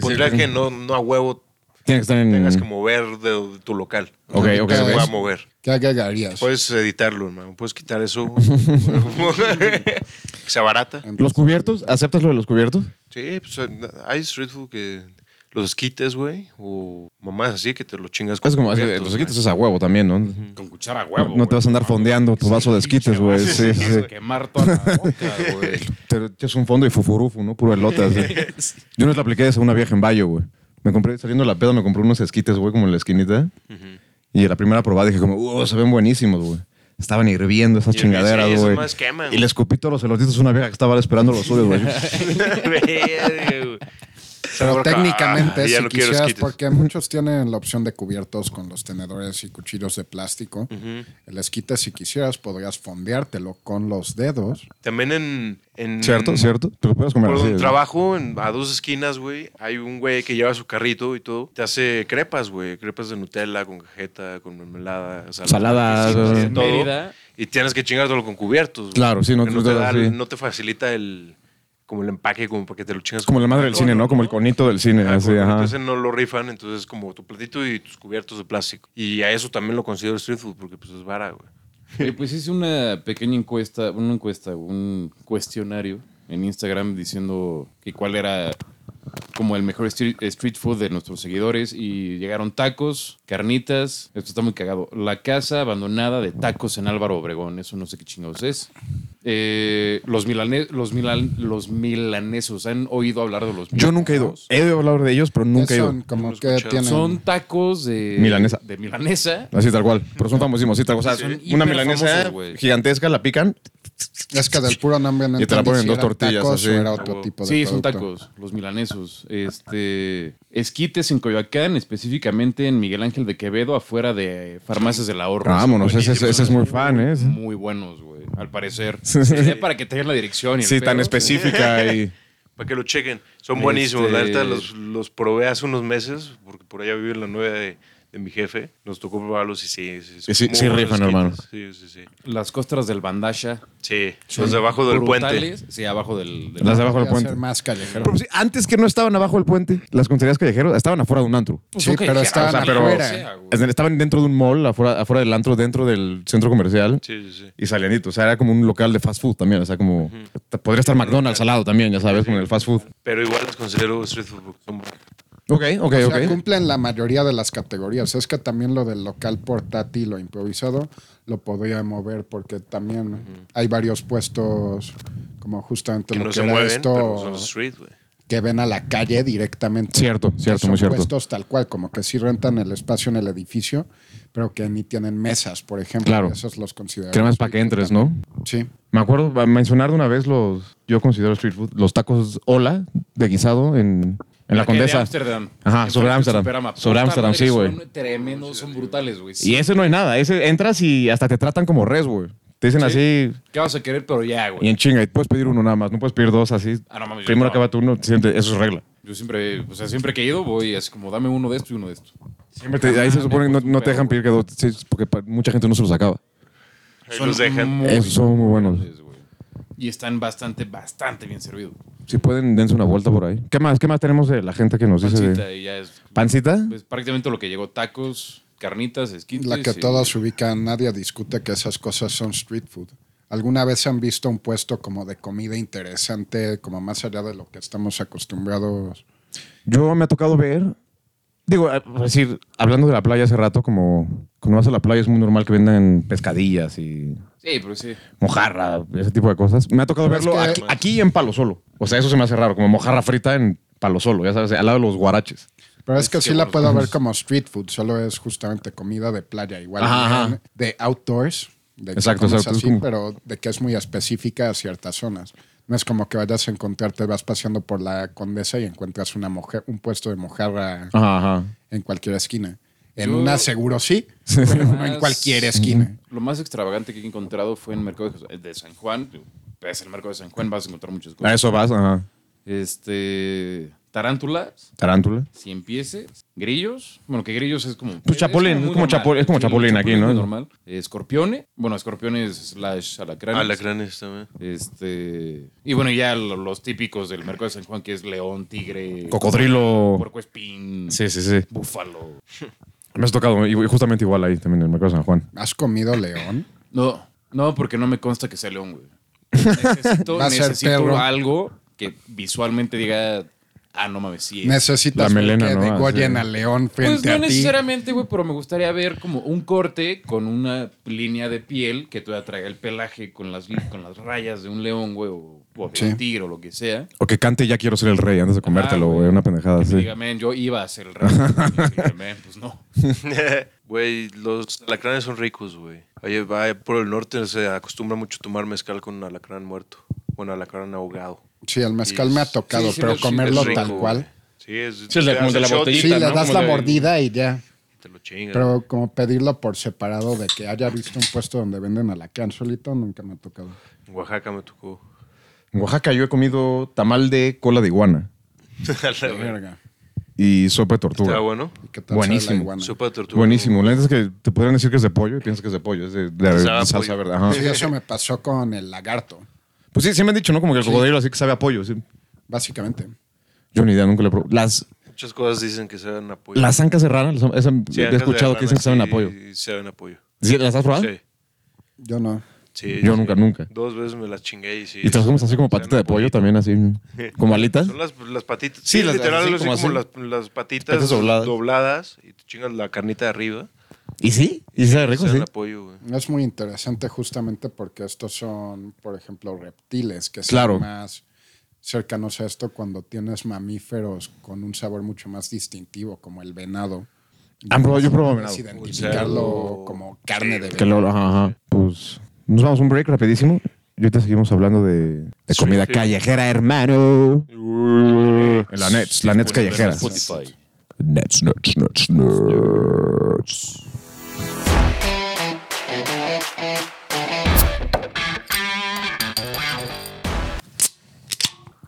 B: Pondría que no, no a huevo
A: Tienes que estar en.
B: tengas que mover de, de tu local.
A: Mm. Ok,
B: No
A: ok,
B: te
A: ok.
B: voy a mover.
C: ¿Qué agregarías?
B: Puedes editarlo, hermano. Puedes
A: *laughs*
B: quitar eso. *laughs* que sea barata.
A: ¿Los cubiertos? ¿Aceptas lo de los cubiertos?
B: Sí, pues hay street food que los esquites, güey. O mamás así que te lo chingas
A: Es como.
B: cubiertos,
A: Los
B: güey.
A: esquites es a huevo también, ¿no?
D: Con cuchara a huevo.
A: No te vas a andar
D: güey.
A: fondeando tu vaso de esquites,
D: Ah,
A: güey. Sí,
D: Te vas
A: sí.
D: a quemar toda la boca, güey.
A: Te echas un fondo y fufurufu, ¿no? Puro elote.
B: *laughs*
A: así. Yo no la apliqué esa a una vieja en Bayo, güey. Me compré, saliendo de la peda, me compré unos esquites, güey, como en la esquinita. Y en la primera probada dije como, uh, se ven buenísimos, güey. Estaban hirviendo esas
B: Y-
A: chingaderas,
B: sí,
A: güey.
B: esos más queman.
A: y le escupí todos los elotitos a una vieja que estaba esperando los suyos,
B: *laughs*
A: güey.
B: Verga, *laughs* güey.
C: Pero
B: Ah,
C: técnicamente,
B: ya
C: si
B: no quiero
C: quisieras,
B: esquites.
C: porque muchos tienen la opción de cubiertos con los tenedores y cuchillos de plástico. El esquite, si quisieras, podrías fondeártelo con los dedos.
B: También en. en
A: ¿Cierto? ¿Cierto? Te lo puedes comer
B: Mm. Por
A: así,
B: un
A: güey.
B: trabajo en- a dos esquinas, güey, hay un güey que lleva su carrito y todo. Te hace crepas, güey. Crepas de Nutella, con cajeta, con mermelada,
A: Saladas,
B: sí,
A: eh.
B: todo.
D: Mérida.
B: Y tienes que chingártelo con cubiertos. güey.
A: Claro, sí, no-
B: Porque no, te
A: no-
B: da-
A: sí.
B: no te facilita el como el empaque, como para que te lo chingas.
A: Es como la madre del cine, ¿no? Como el conito del cine,
B: Ajá,
A: Eh, así,
B: como-
A: ajá.
B: Ah, Entonces no lo rifan, entonces como tu platito y tus cubiertos de plástico. Y a eso también lo considero street food, porque pues es vara, güey.
D: Oye, pues hice una pequeña encuesta, una encuesta, un cuestionario en Instagram diciendo que cuál era como el mejor street, street food de nuestros seguidores y llegaron tacos, carnitas, esto está muy cagado, la casa abandonada de tacos en Álvaro Obregón, eso no sé qué chingados es. Eh, los, milane- los, milan- los milanesos, ¿han oído hablar de los milanesos?
A: Yo nunca he ido. He oído hablar de ellos, pero nunca he
C: Que
A: ido.
C: son como
B: Hemos
C: que
B: escuchado.
C: tienen.
D: Son tacos de
A: Milanesa.
D: De milanesa.
A: Así tal
D: *laughs*
A: cual. Pero son famosísimos, sí, tal cual. O sea,
D: Son
A: una
D: hiper
A: milanesa
D: famosos, güey.
A: gigantesca, la pican.
C: es que del puro nombre no
A: Y te la
C: entendí
A: ponen en
C: si
A: dos
C: eran
A: tortillas,
C: tacos
A: así.
C: o era otro tipo de
D: Sí, son
C: producto.
D: tacos, los milanesos. Este, esquites en Coyoacán, específicamente en Miguel Ángel de Quevedo, afuera de Farmacias del Ahorro.
A: Vámonos, ese,
D: Buenísimos.
A: ese es muy fan, ¿eh?
D: Muy buenos, güey, al parecer.
A: *laughs* Sí.
D: Sería para que te den la dirección. Y el
A: Sí, tan
D: pedo. *laughs*
A: específica y...
B: Para que lo chequen. Son buenísimos. La
D: Este-
B: neta los, los probé hace unos meses, porque por allá viví en la nueva de, de mi jefe. Nos tocó probarlos y sí. Sí,
A: Y sí-
B: muy
A: sí
B: buenos
A: rifan,
B: esquites.
A: hermano.
B: Sí, sí, sí.
D: Las costras del Bandasha.
B: Sí, los debajo del
D: brutales. Sí, abajo del. del-
A: Las de abajo del
C: Podría
A: puente.
C: ser más
A: Pero
C: callejero.
A: pues, sí, antes que no estaban abajo del puente, las conterías callejeras estaban afuera de un antro.
D: Pues
C: Sí,
D: son
C: pero
D: callejeras,
C: estaban
D: o sea, pero-
C: afuera.
D: sea, Ah, güey.
A: Es decir, Estaban dentro de un mall, afuera, afuera del antro, dentro del centro comercial.
B: puente. Sí, sí, sí.
A: Y salianito, o sea, era como un local de fast food también, o sea, como... Podría estar McDonald's al lado también, ya sabes, con el fast food.
B: Pero igual los considero street food. porque son-
A: Ok, ok,
C: O
A: ok.
C: sea, cumplen la mayoría de las categorías. Es que también lo del local portátil o improvisado lo podría mover porque también hay varios puestos como justamente
B: Que
C: lo
B: no
C: que
B: se
C: era
B: mueven,
C: esto
B: pero son street, güey.
C: que ven a la calle directamente.
A: Cierto,
C: Que
A: cierto,
C: son
A: muy cierto.
C: puestos tal cual, como que sí rentan el espacio en el edificio, pero que ni tienen mesas, por ejemplo.
A: Claro.
C: Esos los consideramos.
A: Que nada más para que entres, ¿no?
C: Sí.
A: Me acuerdo va- mencionar de una vez los, yo considero street food, los tacos Hola de guisado en, en la
D: que de
A: Condesa.
D: Ámsterdam.
A: Ajá,
D: Que
A: sobre
D: parece
A: Ámsterdam.
D: Superama.
A: Sobre
D: Puta
A: Ámsterdam,
D: madre,
A: sí, güey.
D: Son tremendos, son brutales, güey.
A: Y
D: Sí.
A: ese no hay nada, ese entras y hasta te tratan como res, güey. Te dicen así
D: ¿Qué vas a querer? Pero ya, güey.
A: y en chinga, y puedes pedir uno nada más, no puedes pedir dos así.
D: Ah, no mames, yo
A: Primero
D: no.
A: acaba tu uno, siempre, eso es regla.
D: Yo siempre, o sea, siempre que he ido voy así como dame uno de esto y uno de esto.
A: Siempre te- ahí se supone que no, no
D: pues,
A: te dejan pedir que dos, sí, porque pa- mucha gente no se los acaba.
B: Ahí los dejan.
D: muy
A: Esos son muy buenos.
D: güey. Y están bastante, bastante bien servidos.
A: Si pueden, dense una vuelta por ahí. ¿Qué más? ¿Qué más tenemos de la gente que nos dice?
D: Pancita
A: De...
D: y ya es.
A: ¿Pancita?
D: pues, prácticamente lo que llegó: tacos, carnitas, esquites.
C: La que
D: y-
C: todos ubican, nadie discute que esas cosas son street food. ¿Alguna vez han visto un puesto como de comida interesante, como más allá de lo que estamos acostumbrados?
A: Yo me ha tocado ver, digo, a- por decir, hablando de la playa hace rato, como cuando vas a la playa es muy normal que vendan pescadillas y
D: Sí, pero sí.
A: mojarra, ese tipo de cosas. Me ha tocado
C: Pero es
A: verlo
C: que-
A: aquí, aquí en Palo Solo. O sea, eso se me hace raro, como mojarra frita en Palo Solo, ya sabes, al lado de los guaraches.
C: Pero es que
D: Es que
C: sí la
D: por-
C: puedo ver como street food, solo es justamente comida de playa, igual
A: Ajá,
C: de-
A: ajá.
C: de outdoors, de que
A: Exacto,
C: comes
A: exacto, es
C: así,
A: como-
C: pero de que es muy específica a ciertas zonas. No es como que vayas a encontrarte, vas paseando por la Condesa y encuentras una moje- un puesto de mojarra
A: Ajá, ajá.
C: en cualquier esquina. En
D: Yo-
C: una seguro sí,
A: *laughs*
C: pero no en
D: Más-
C: cualquier esquina.
D: Lo más extravagante que he encontrado fue en el mercado de- de San Juan. Es el mercado de San Juan, vas a encontrar muchas
A: A
D: cosas.
A: eso vas, ajá.
D: Este. Tarántulas,
A: Tarántula.
D: cien pieses, grillos. Bueno, que grillos es como.
A: Pues chapulín, es
D: muy
A: como
D: normal.
A: chapu- es como
D: Sí, lo
A: chapulín aquí,
D: es muy
A: ¿no?
D: Normal. Escorpiones. Bueno, escorpiones slash alacranes.
B: Alacranes también.
D: Este. Y bueno, ya lo- los típicos del mercado de San Juan, que es león, tigre,
A: Cocodrilo.
D: puerco espín,
A: Sí, sí, sí.
D: búfalo.
A: Me has tocado y- y justamente igual ahí también en el mercado de San Juan.
C: ¿Has comido león?
D: No, no, porque no me consta que sea
C: *laughs*
D: león, güey. Necesito,
C: Va a ser
D: necesito
C: perro.
D: algo que visualmente diga, ah, no mames, sí. es".
C: Necesitas
A: La melena,
C: que
A: ¿no?
C: degollen
A: Así.
C: a león frente
D: Pues no
C: a ti.
D: necesariamente, güey, pero me gustaría ver como un corte con una línea de piel que todavía traiga el pelaje con las, con las rayas de un león, güey, o, o de
C: Sí.
D: un tigre o lo que sea.
A: O que cante ya quiero ser el rey antes de comértelo,
D: güey.
A: Ah, güey. una pendejada
D: Que me
A: así.
D: diga, "Man, yo iba a ser el rey. Y yo, "Man, pues no.
B: Güey, los alacranes son ricos, güey. Oye, va, por el norte se acostumbra mucho tomar mezcal con alacrán muerto. Bueno, alacrán ahogado.
C: Sí, el mezcal
B: Sí,
C: me ha tocado,
D: sí, sí,
C: pero
D: sí,
C: comerlo
B: Es rico,
C: tal cual.
B: güey. Sí, es,
F: Sí, es la-
B: te
F: como
B: das
F: de
B: el
F: la
B: shot,
F: botellita.
C: Sí, le
F: ¿no?
C: das
F: Como
C: la
F: de-
C: mordida y ya.
B: Te lo chingas.
C: Pero como pedirlo por separado de que haya visto un puesto donde venden alacrán solito, nunca me ha tocado.
B: En Oaxaca me tocó. *laughs*
A: En Oaxaca yo he comido tamal de cola de iguana
C: Verga.
A: y sopa de tortuga.
B: Está bueno.
C: ¿Y qué tal
A: Buenísimo.
C: sabe la iguana?
B: Sopa de tortuga.
A: Buenísimo. La neta es que te podrían decir que es de pollo y piensas que es de pollo. Es de, de
B: Sabe a
A: salsa,
B: pollo.
A: ¿verdad?
B: *laughs*
A: Ajá.
C: Sí, eso me pasó con el lagarto,
A: Pues sí, sí me han dicho, ¿no? Como que el cocodrilo así que sabe a pollo. sí.
C: básicamente.
A: Yo ni idea, nunca lo he probado. Las,
B: Muchas cosas dicen que saben apoyo.
A: las ancas de rana, las- esa- he escuchado que dicen que saben a pollo.
B: Saben apoyo.
A: ¿Sí? ¿Las has probado?
B: Sí.
C: Yo no.
B: sí,
A: Yo
B: sí.
A: nunca, nunca.
B: Dos veces me las chingué y sí.
A: Y te las comes así como patita de pollo también, así. Como alitas.
B: Son las, las patitas.
A: ¿Eh? Sí,
B: Sí,
A: las-
B: literal,
A: así
B: así,
A: como
B: como,
A: así.
B: las, las patitas
A: Patas dobladas.
B: dobladas. y te chingas la carnita de arriba.
A: ¿Y sí? ¿Y sabe rico?
B: Saben
A: Sí.
B: a pollo, güey.
C: Es muy interesante justamente porque estos son, por ejemplo, reptiles que son
A: Claro.
C: más cercanos a esto cuando tienes mamíferos con un sabor mucho más distintivo, como el venado.
A: Han probado, Ah, yo he probado
C: Puedes
A: venado.
C: identificarlo como carne de
A: Que
C: venado.
A: luego, ajá, ajá. Pues nos vamos a un break rapidísimo. Y ahorita seguimos hablando de, de comida callejera, hermano. La Nets, la
C: Pues,
A: Nets callejera.
D: Spotify.
A: Nets, Nets, Nets, Nets.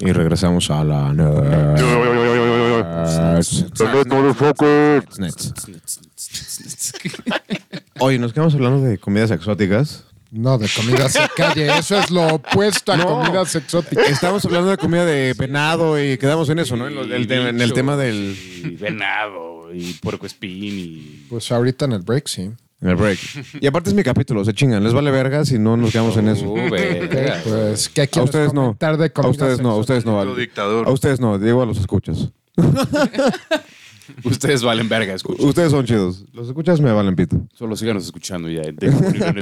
A: Y regresamos a la Nets. Nets, Nets. Oye, nos quedamos hablando de comidas exóticas.
C: No, de
A: *laughs*
C: comidas de calle. Eso es lo opuesto a
A: No.
C: comidas exóticas.
A: Estamos hablando de comida de venado y quedamos en eso, ¿no? En, lo- el tema- en el tema del
D: Y venado, y puerco espín, y.
C: Pues ahorita en el break, sí.
A: en el break. *laughs* Y aparte es mi capítulo, se chingan, les vale verga si no nos quedamos en eso.
D: Uh, verga.
C: Pues, ¿qué
A: A
C: quieres
A: ustedes no.
C: comentar de
A: A
C: comidas
A: ustedes no, a ustedes no.
B: Lo dictador.
A: A ustedes no, digo a los escuchas.
D: Ustedes valen verga, escucha.
A: Ustedes son chidos. Los escuchas me valen pito.
D: Solo síganos escuchando ya en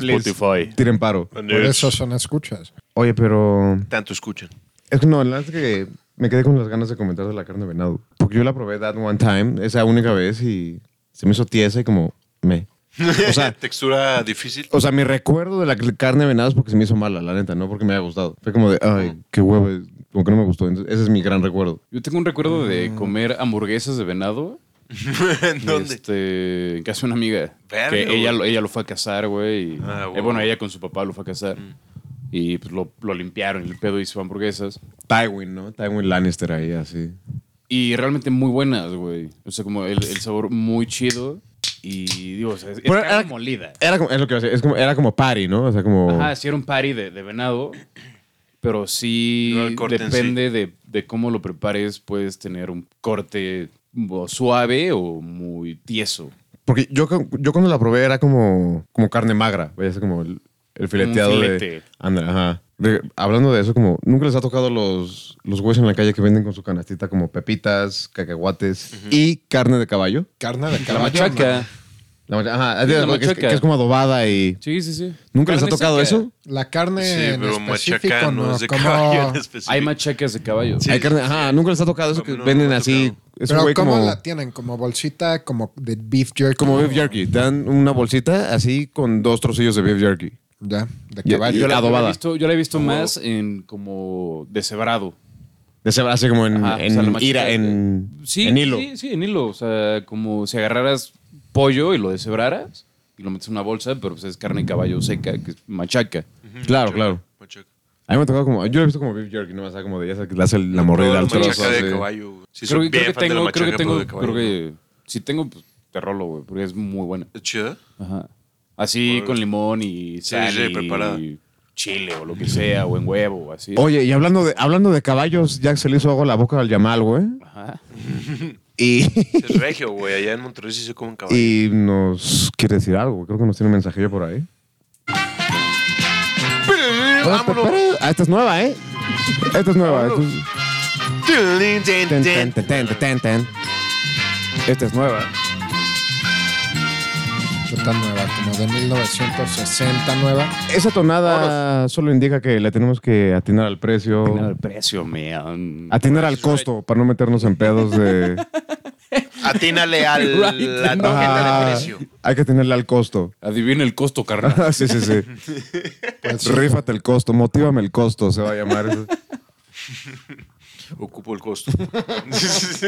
D: *laughs* Spotify.
A: Tiren paro.
C: Por eso son escuchas.
A: Oye, pero
B: Tanto escuchan.
A: es que no, la verdad es que me quedé con las ganas de comentar de la carne de venado. Porque yo la probé that one time, esa única vez, y se me hizo tiesa y como me. O sea,
B: *laughs*
A: *laughs*
B: textura difícil.
A: o sea, mi recuerdo de la carne de venado es porque se me hizo mala, la neta, no porque me haya gustado. Fue como de, ay, qué huevo, como que no me gustó. Entonces, ese es mi gran recuerdo.
D: Yo tengo un recuerdo
A: Ah.
D: de comer hamburguesas de venado.
B: ¿En dónde?
D: Este, en casa de una amiga.
B: Verga,
D: que ella,
B: güey.
D: lo- ella lo fue a casar, güey. y-
B: Ah,
D: eh,
B: güey.
D: bueno, ella con su papá lo fue a casar. Y pues lo, lo limpiaron, el pedo hizo hamburguesas.
A: Tywin, ¿no? Tywin Lannister ahí, así.
D: Y realmente muy buenas, güey. O sea, como el, el sabor muy chido. Y digo, o sea, es, es
A: Pero ah,
D: carne
A: era-
D: molida.
A: Era como, es lo que iba a decir, es como, era como party, ¿no? O sea, como...
D: Ajá, sí era un party de, de venado, pero sí
B: No el corte en
D: depende de, de cómo lo prepares, puedes tener un corte o suave o muy tieso.
A: Porque yo, cu- yo cuando la probé era como, como carne magra, vaya, es como el, el fileteado de...
D: filete.
A: Ándale, ajá. De- hablando de eso, como nunca les ha tocado los, los güeyes en la calle que venden con su canastita como pepitas, cacahuates y carne de caballo.
C: Carne de
D: La
C: caballo.
D: machaca.
A: La macha- ajá,
D: Sí, la
A: que es- que,
D: machaca.
A: es como adobada y...
D: Sí, sí, sí.
A: ¿Nunca les ha
D: Carne
A: tocado
D: seca.
A: eso?
C: La carne
B: Sí,
C: en
B: pero
C: específico,
B: machacá
C: no,
B: no es de
A: *laughs*
C: como-
B: caballo en específico.
D: Hay machacas de caballo.
B: Sí.
A: Hay carne, ajá, nunca les ha tocado eso
B: A
A: que
B: mí no me
A: venden
B: ha
A: así.
B: tocado.
A: Es un
C: Pero
A: güey
C: ¿cómo
A: como...
C: la tienen? ¿Como bolsita como de beef jerky?
A: Como beef jerky, te dan una bolsita así con dos trocillos de beef jerky.
C: Ya, de
A: Ya-
C: caballo.
A: ya-
D: Yo la, yo la he
A: adobada.
D: visto, yo la he visto más en como deshebrado.
A: De ese así como en,
D: Ajá,
A: en
D: o sea, la machaca-
A: ira, en,
D: Sí,
A: en hilo.
D: Sí, sí, en hilo. O sea, como si agarraras pollo y lo deshebraras y lo metes en una bolsa, pero pues es carne de caballo seca, que es machaca.
A: Claro, claro.
B: Machaca.
A: A mí me ha tocado como. Yo lo he visto como beef jerky, no más, como de esa que le hace la mordida
B: Toda
A: al
B: la
A: trozo.
B: machaca de
A: así.
B: caballo. güey. Sí,
D: creo,
B: soy
D: que- creo
B: bien
D: que
B: fan de la
D: tengo, creo
B: machaca,
D: que
B: pero
D: tengo,
B: de caballo,
D: creo que si tengo, pues te rolo, güey, porque es muy buena.
B: ¿no? ¿Es chida?
D: Ajá. Así
B: Por-
D: con limón y
B: Sí,
D: sal
B: sí,
D: y
B: preparada.
D: chile o lo que sea, o en huevo o así.
A: Oye, y hablando de, hablando de caballos, Jack se le hizo agua a la boca al Yamal, güey.
D: Ajá.
A: Y, *laughs*
B: Sí, Es regio, güey. Allá en Monterrey sí se comen caballo.
A: y nos quiere decir algo. Creo que nos tiene un mensajillo por ahí.
B: Vámonos.
A: Ah, esta es nueva, ¿eh? Esta es nueva. Esta es, ten, ten, ten, ten, ten, ten. Esta es nueva.
C: Está tan nueva, como de 1960 nueva.
A: Esa tonada solo indica que le tenemos que atinar al precio.
D: Mira El precio, man.
A: Atinar al costo para no meternos en pedos *laughs* de.
B: Atínale al
D: Right,
B: la
D: no.
B: tarjeta
A: Ajá,
B: de precio.
A: hay que tenerle al costo.
D: Adivina el costo, carnal. *laughs*
A: Ah, *laughs* sí, sí, sí.
C: Pues, sí.
A: Rífate el costo, motívame el costo, se va a llamar.
C: *laughs*
A: eso.
B: Ocupo el costo.
C: pues,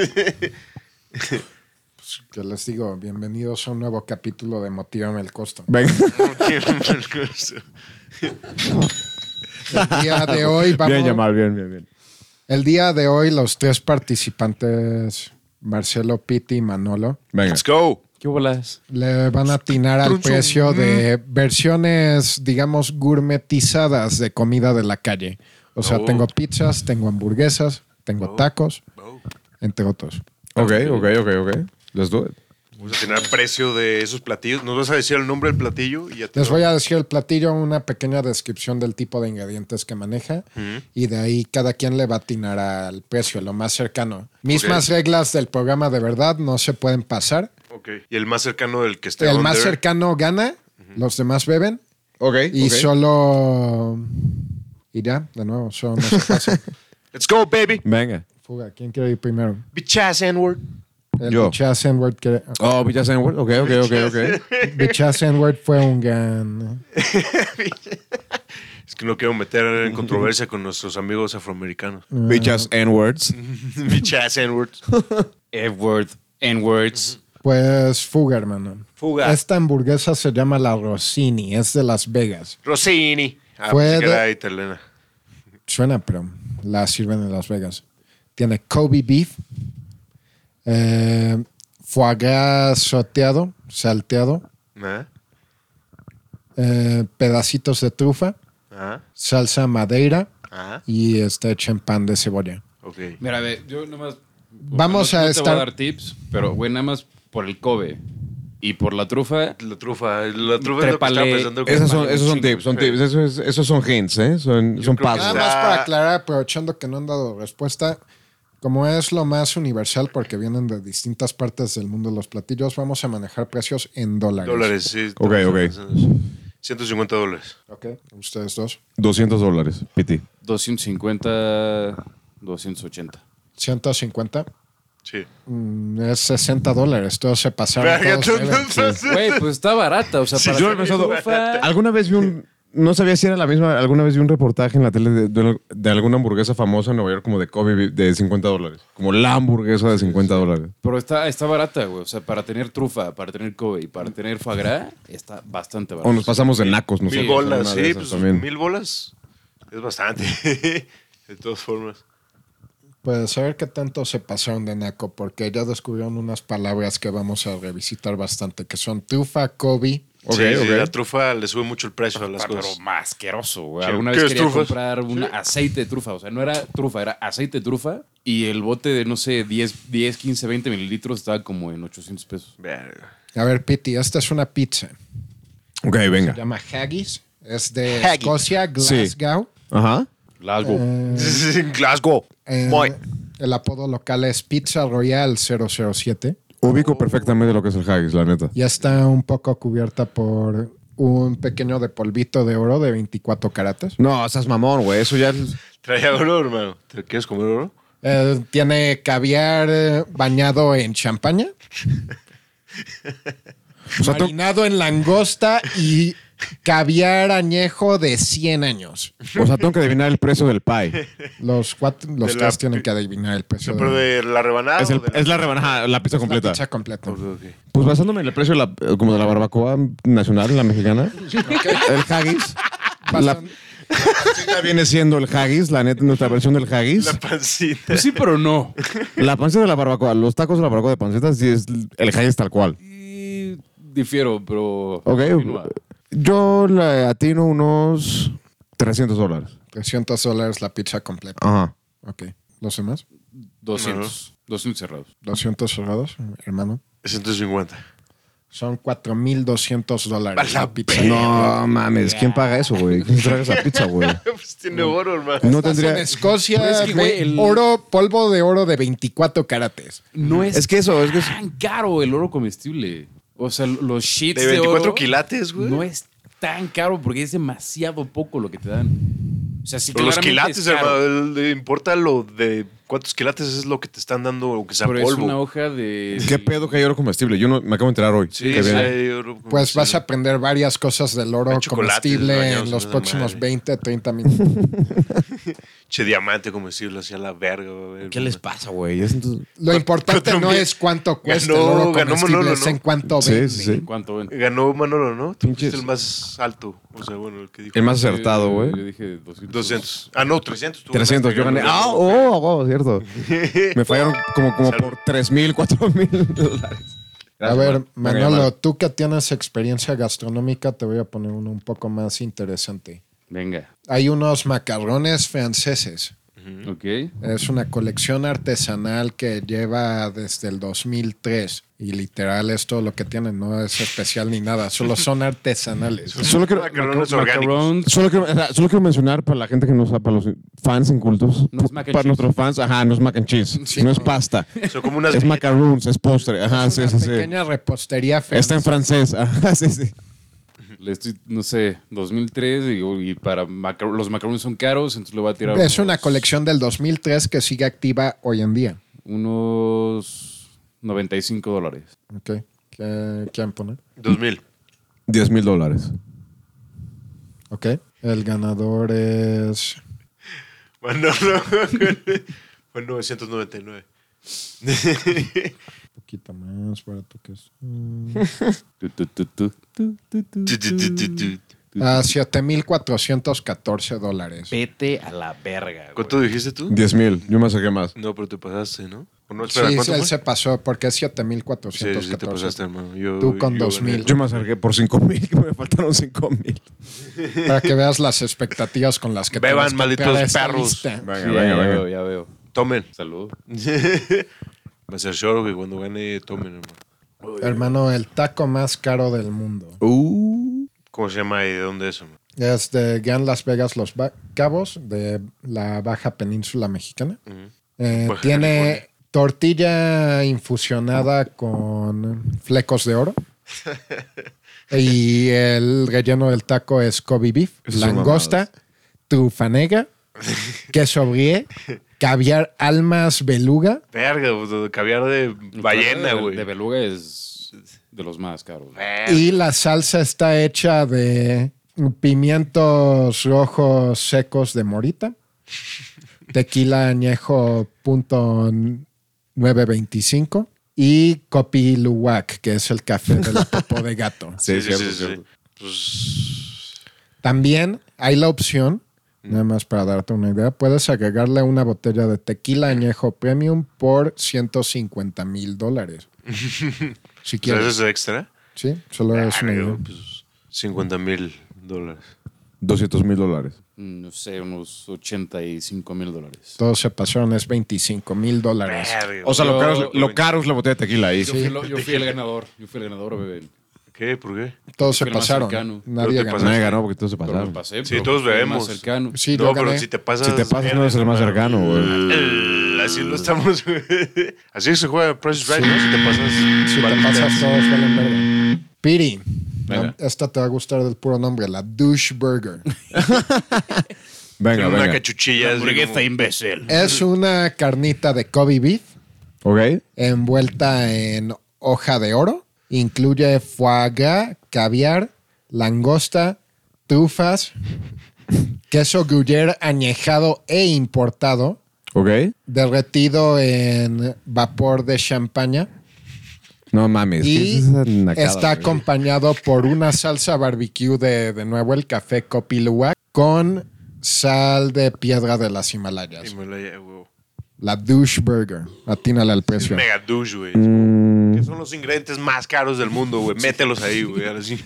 C: Que les digo, bienvenidos a un nuevo capítulo de Motívame
A: *laughs*
C: el Costo.
A: Venga.
C: El día de hoy vamos...
A: Bien, llamar, bien, bien, bien.
C: El día de hoy los tres participantes, Marcelo, Pitti y Manolo,
A: Venga.
B: Let's go.
D: ¿Qué bolas?
C: le van a atinar al precio de versiones, digamos, gourmetizadas de comida de la calle. O sea,
B: Oh.
C: tengo pizzas, tengo hamburguesas, tengo tacos, entre otros.
A: Ok, ok, ok, ok. Let's do it.
B: Vamos a atinar precio de esos platillos. Nos vas a decir el nombre del platillo y ya te
C: Les voy a decir el platillo, una pequeña descripción del tipo de ingredientes que maneja y de ahí cada quien le va a atinar al precio, lo más cercano. Mismas reglas del programa de verdad, no se pueden pasar.
B: Ok. Y el más cercano del que esté.
C: El
B: on
C: más
B: there.
C: cercano gana, los demás beben
A: Ok.
C: y solo... Y ya, de nuevo, solo no se pasa.
B: Let's go, baby.
A: Venga.
C: *laughs* Fuga, ¿quién quiere ir primero?
B: Bitchas and word.
C: El
A: Yo.
C: Bichas N-word *laughs* quiere-
A: Oh, Villas N-Word. Ok, ok, ok, ok. *laughs*
C: Bichas N-word fue un gan...
B: Es que no quiero meter en controversia con nuestros amigos
C: *laughs*
B: afroamericanos.
A: Villas N-Words.
B: Bitchas and word.
D: F-word, N-words.
C: Pues fuga, hermano.
B: Fuga.
C: Esta hamburguesa se llama la Rossini, es de Las Vegas.
B: Rossini. Ah,
C: Fue
B: pues que
C: de-
B: era italiana.
C: Suena, pero la sirven en Las Vegas. Tiene Kobe beef, eh, foie gras soteado, salteado,
B: ¿Ah?
C: eh, pedacitos de trufa,
B: ¿Ah?
C: salsa madeira
B: ¿Ah?
C: y está hecha en pan de cebolla.
B: Ok.
D: Mira, a ver, yo nomás.
C: Vamos
D: no-
C: a
D: no Te
C: estar-
D: voy a dar tips, pero güey, nada más por el Kobe y por la trufa.
B: La trufa. La trufa
D: Trépale.
B: es lo que estaba pensando.
A: Esos son, esos son tips, son tips. Eso es- Esos, son hints, ¿eh? Son, son
B: creo que
A: pasos.
B: está-
C: Nada más para aclarar, aprovechando que no han dado respuesta, como es lo más universal porque vienen de distintas partes del mundo los platillos, vamos a manejar precios en dólares.
B: Dólares, sí.
A: Ok,
B: estaba
A: ok.
B: pensando eso. 150 dólares.
C: Ok, ustedes dos.
A: 200 dólares, Piti.
D: 250, 280.
C: 150.
B: Sí.
C: Mm, es 60 dólares. Todos se pasaron.
B: Verga,
C: todos
B: tú
C: beben.
B: no sabes.
D: Güey, pues está barata. O sea,
B: Sí,
D: para
B: yo
D: hacer
B: me siento-
D: trufa,
A: Alguna vez vi un. No sabía si era la misma. Alguna vez vi un reportaje en la tele de, de- de alguna hamburguesa famosa en Nueva York, como de Kobe, de 50 dólares. Como la hamburguesa de 50 dólares.
D: Pero está, está barata, güey. O sea, para tener trufa, para tener Kobe y para tener fagra, está bastante barata.
A: O nos pasamos de nacos, no sé.
B: Mil bolas,
A: Una de
B: sí,
A: esas
B: pues
A: también.
B: mil bolas es bastante. *laughs* de todas formas.
C: Pues a ver qué tanto se pasaron de Naco, porque ya descubrieron unas palabras que vamos a revisitar bastante, que son trufa, Kobe.
A: Ok,
B: sí, sí,
A: ok.
B: la trufa le sube mucho el precio a las
D: Ah, Pero
B: cosas.
D: más asqueroso, güey.
B: Sí.
D: Alguna
B: ¿Qué
D: vez
B: es
D: quería
B: trufa?
D: comprar un aceite de trufa. O sea, no era trufa, era aceite de trufa. Y el bote de, no sé, 10, 10 15, 20 mililitros estaba como en 800 pesos.
B: Verga.
C: A ver, Piti, esta es una pizza.
A: Ok,
C: Se
A: venga.
C: llama Haggis. Es de
B: Haggis.
C: Escocia, Glasgow.
A: Ajá.
D: Largo.
B: Ah. *laughs* Glasgow.
C: Eh,
B: Muy.
C: el apodo local es Pizza Royal 007.
A: Ubico perfectamente lo que es el haggis, la neta.
C: Ya está un poco cubierta por un pequeño de polvito de oro de 24 caratas.
A: No, seas mamón, güey. Eso ya. es-
B: Traía oro, hermano. ¿Te quieres comer oro?
C: Eh, tiene caviar eh, bañado en champaña.
A: O sea, tú-
C: marinado en langosta y caviar añejo de 100 años.
A: o sea, tengo que adivinar el precio del
B: *laughs*
A: pie.
C: Los cuatro, los
B: De la
C: tres tienen
B: pi-
C: que adivinar
B: O
C: el
B: sea,
C: precio.
B: pero de la rebanada.
A: Es, el-
B: o de
A: es la rebanada, la pizza completa.
C: La pizza completa.
A: Pues basándome en el precio de la, eh, como de la barbacoa nacional, la mexicana, el haggis. La
C: Pasan-
A: pancita viene siendo el haggis, la neta, nuestra versión del haggis.
B: *laughs* La pancita.
D: Pues sí,
B: *laughs*
D: pero no.
A: La pancita de la barbacoa, los tacos de la barbacoa de pancitas, sí es el haggis tal cual.
D: Y difiero, pero.
A: Ok.
D: continúa.
A: Yo le atino unos 300 dólares.
C: 300 dólares la pizza completa.
A: Ajá.
C: Ok. ¿Los demás?
D: 200. 200 cerrados.
C: 200 cerrados, hermano.
B: 150.
C: Son 4,200 dólares.
B: A la
C: la pizza.
A: No mames, ¿quién paga eso, güey? ¿Quién traga esa pizza, güey?
B: *laughs* Pues tiene oro, hermano.
A: No
C: Estás en
A: tendría.
C: Escocia,
D: Pero es que, güey,
C: ve-
D: el-
C: oro, polvo de oro de 24 carates.
D: No es,
A: Es que eso, es que. es-
D: tan caro el oro comestible. O sea, los sheets
B: De
D: de,
B: 24
D: oro
B: quilates, güey.
D: No es tan caro porque es demasiado poco lo que te dan. O sea, si
B: Pero Pues los
D: claramente es
B: quilates,
D: caro.
B: hermano. el- el- Importa lo de cuántos quilates es lo que te están dando, aunque sea
D: Pero es una
B: polvo.
D: hoja de.
A: ¿Qué pedo que hay oro comestible? Yo no, me acabo de enterar hoy.
B: Sí,
A: que
B: sí,
A: viene.
B: hay oro.
C: Pues
B: Mm, Sí.
C: vas a aprender varias cosas del oro
B: Hay chocolates
C: comestible
B: bañados
C: en
B: en
C: los
B: esa
C: próximos
B: madre.
C: 20, 30 minutos.
B: Che diamante comestible hacia la verga, güey.
E: ¿Qué les pasa, güey?
A: Güey, es entonces-
C: Lo importante
B: pero
C: no
B: también
C: es cuánto cuesta
B: ganó-
C: el
B: ganó
C: oro comestible,
B: Manolo,
C: es
B: ¿no?
C: en cuánto
A: Sí,
C: vende.
A: sí, sí.
D: ¿Cuánto ven?
B: Ganó Manolo, ¿no? Tú fuiste
A: Pinches.
B: el más alto. O sea, bueno, el que dijo.
A: El más acertado, güey.
D: Yo dije 200.
B: 200. Ah, no, 300. tú
A: 300,
B: ganaste,
A: yo gané. ¡Ah,
B: ganó.
A: oh, oh, cierto! Me fallaron como, como por 3.000, 4.000 dólares.
C: A ver,
A: Gracias, man.
C: Manolo,
A: Ok,
C: tú que tienes experiencia gastronómica, te voy a poner uno un poco más interesante.
D: Venga.
C: Hay unos macarrones franceses.
D: Ok.
C: Es una colección artesanal que lleva desde el 2003 y literal es todo lo que tienen, no es especial ni nada,
A: *laughs*
C: solo son artesanales.
A: vale. Solo quiero,
B: Macarrones orgánicos.
D: Macarons.
A: solo, quiero, o sea, solo quiero mencionar para la gente que no sabe, para los fans incultos,
D: No es mac
A: para
D: and cheese.
A: nuestros fans, ajá, no es mac and cheese,
C: Sí.
A: no es pasta,
B: Son como unas.
A: es macaroons, es postre, ajá, sí, sí,
C: Una
A: sí.
C: pequeña repostería
A: Está en
C: francesa.
A: francés, ajá, sí, sí.
D: Le estoy, no sé, 2003. digo, Y, para macar- los macarons son caros, entonces le voy a tirar.
C: Es una
D: unos-
C: colección del 2003 que sigue activa hoy en día.
D: Unos 95 dólares.
C: Ok. ¿Qué quieren poner?
B: 2000.
A: 10 mil dólares.
C: Ok. El ganador es
B: *laughs* Manolo. Fue
A: *laughs*
B: 999.
C: un poquito más barato que es.
D: Tu, tu, tu, tu, tu, tu, tu,
B: Tu, tu, tu, tu, tu.
C: A 7,414 dólares.
D: Vete a la verga. güey.
B: ¿Cuánto dijiste tú?
A: 10 mil, yo me saqué más.
B: No, pero te pasaste, ¿no? ¿O no?
C: Sí,
B: Espera, ¿cuánto
C: él
B: fue?
C: se pasó porque es
B: Sí, sí, te
C: 7,414.
B: pasaste, hermano. Yo-
C: Tú con
B: yo
C: 2000.
A: Yo me acerqué por 5 mil, *laughs* que me faltaron 5 mil.
C: *laughs* Para que veas las expectativas con las que
B: Beban,
C: tienes que
B: malditos
C: crear esta
B: perros.
C: lista.
D: Sí,
A: Venga,
D: ya
A: venga, venga.
D: veo, ya veo.
B: gané. Tomen.
D: Salud.
B: Me aseguro que cuando gane, tomen, hermano.
C: Hermano, el taco más caro del mundo.
A: uh,
B: ¿Cómo se llama y de dónde es, hermano?
C: Es de Gran Las Vegas, Los Ba- Cabos, de la Baja Península Mexicana.
B: Ujú.
C: Eh,
B: Baja
C: tiene
B: California.
C: tortilla infusionada con flecos
B: *laughs*
C: de oro. y el relleno del taco es Kobe beef,
A: Esas son
B: *laughs*
C: langosta, trufanega, queso brie, caviar almas beluga.
B: Verga, pues, de caviar de ballena,
D: De-
B: güey. Eh,
D: De beluga es de los más caros.
B: Verga.
C: Y la salsa está hecha de pimientos rojos secos de
B: *laughs*
C: morita, tequila añejo punto 925 y Kopi Luwak, que es el café de la popó
B: *laughs*
C: de gato.
B: Sí, sí, sí, sí. Pues,
C: También hay la opción,
B: Mm.
C: nada más para darte una idea, puedes agregarle una botella de tequila añejo premium por 150
B: *laughs*
C: mil dólares. si
B: pues, ¿eso
C: quieres.
B: es
C: Ah,
B: extra?
C: Sí, solo es una idea.
B: Verga, pues, 50 mil dólares.
A: 200 mil dólares.
D: Mm, No sé, unos 85 mil dólares.
C: Todos se pasaron, es 25 mil dólares.
B: Verga,
A: O sea, lo
B: güey.
A: caro, es, lo caro es la botella de tequila ahí.
D: Yo, fui, lo- yo fui el ganador. Yo fui el ganador, bebé.
B: ¿Qué? ¿Por qué?
C: Todos se
D: Fui el más
C: pasaron. ¿eh?
D: cercano.
C: Nadie
B: Pero te
C: ganó.
A: Pues nadie ganó porque todos se
D: Pero
A: pasaron.
D: me pasé,
B: Sí,
D: pero
B: todos
D: fui el
B: bebemos.
D: Más cercano.
C: Sí, yo
B: no, pero
C: gané.
B: si te pasas.
A: Si te pasas, no eres el más cercano, güey.
B: El- así lo estamos. *laughs* güey. así se juega Price is Right, ¿no? Si te pasas.
C: Si te
B: valen
C: pasas,
B: verga.
C: todos valen verga. Piri,
A: Venga.
C: la- esta te va a gustar del puro nombre, la Douche Burger.
A: Venga,
B: una
A: venga.
B: cachuchilla. así como-
D: imbécil.
C: es una carnita de Kobe beef
A: ¿Ok?
C: envuelta en hoja de oro. Incluye foie gras, caviar, langosta, trufas, queso gruyere añejado e importado,
A: ¿Ok?
C: derretido en vapor de champaña.
A: No mames. ¿qué
C: Y
A: es esa nacada,
C: está
A: güey?
C: acompañado por una salsa barbecue de, de nuevo el café Copiluwak con sal de piedra de las Himalayas.
B: Himalaya, güey.
C: La douche burger. Atínale al precio.
B: Mega douche, güey.
A: Mm.
B: Que son los ingredientes más caros del mundo, güey. Mételos ahí, güey. ahora sí.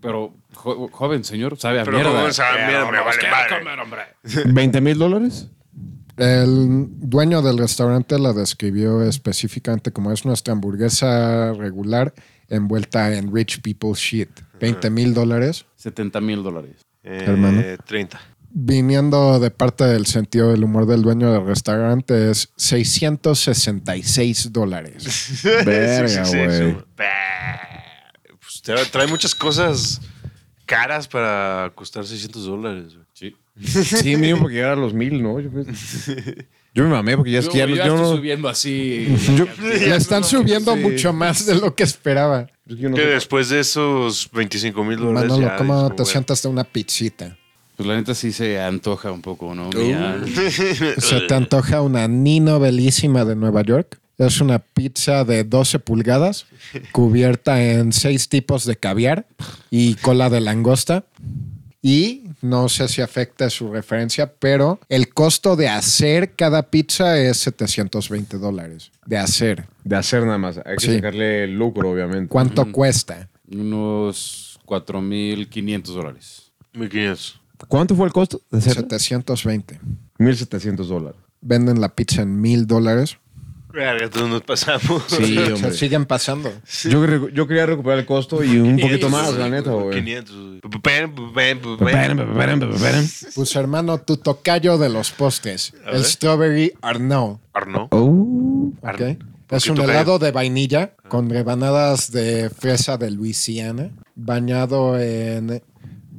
D: Pero, jo- joven señor, sabe
B: *laughs*
D: a
B: Pero
D: mierda.
B: como esa mierda me vale madre.
A: ¿20 mil dólares?
C: El dueño del restaurante la describió específicamente como es nuestra hamburguesa regular envuelta en rich people shit. 20 mil dólares.
D: 70 mil dólares.
B: Eh,
C: Hermano.
B: 30.
C: Viniendo de parte del sentido del humor del dueño del restaurante es 666 dólares.
A: Verga, güey.
B: Pues tra- trae muchas cosas caras para costar 600 dólares, güey.
D: Sí.
A: Sí, mínimo porque llegar a los mil, ¿no? Yo, yo me mamé porque ya es que ya,
D: yo,
A: no-
D: ya
A: yo
D: estoy
A: no.
D: subiendo así.
A: *laughs* Yo,
C: Le están subiendo mucho más de lo que esperaba.
A: yo no
B: Que
A: sé.
B: después de esos 25 mil dólares.
C: Manolo,
B: ya
C: ¿cómo
B: dices,
C: te
B: güey,
C: sientas de una pizzita?
D: Pues la neta sí se antoja un poco,
A: Uh.
D: ¿no? Ya.
A: *laughs*
C: ¿Se te antoja una Nino Belísima de Nueva York? Es una pizza de 12 pulgadas, cubierta en seis tipos de caviar y cola de langosta. Y no sé si afecta su referencia, pero el costo de hacer cada pizza es 720 dólares. De hacer.
A: De hacer nada más. Hay que
C: Sí.
A: sacarle lucro, obviamente.
C: ¿Cuánto cuesta?
D: Unos 4.500 dólares.
B: 1500.
A: ¿Cuánto fue el costo? De hacer
C: 720.
A: 1.700 dólares.
C: Venden la pizza en mil dólares.
B: Verga, todos nos pasamos.
A: Sí,
C: O sea,
A: hombre.
C: siguen pasando.
A: Yo, cre- yo quería recuperar el costo y un poquito más, la neta, güey.
B: 500, güey. Pen, pen, pen, pen.
C: Pues hermano, tu tocayo de los postres. El Strawberry Arnaud.
B: Arnaud.
A: Oh.
C: ¿ok?
B: Arn- ¿por
C: Es
B: qué
C: un
B: tocayo?
C: helado de vainilla
A: Ah.
C: con rebanadas de fresa de Luisiana, bañado en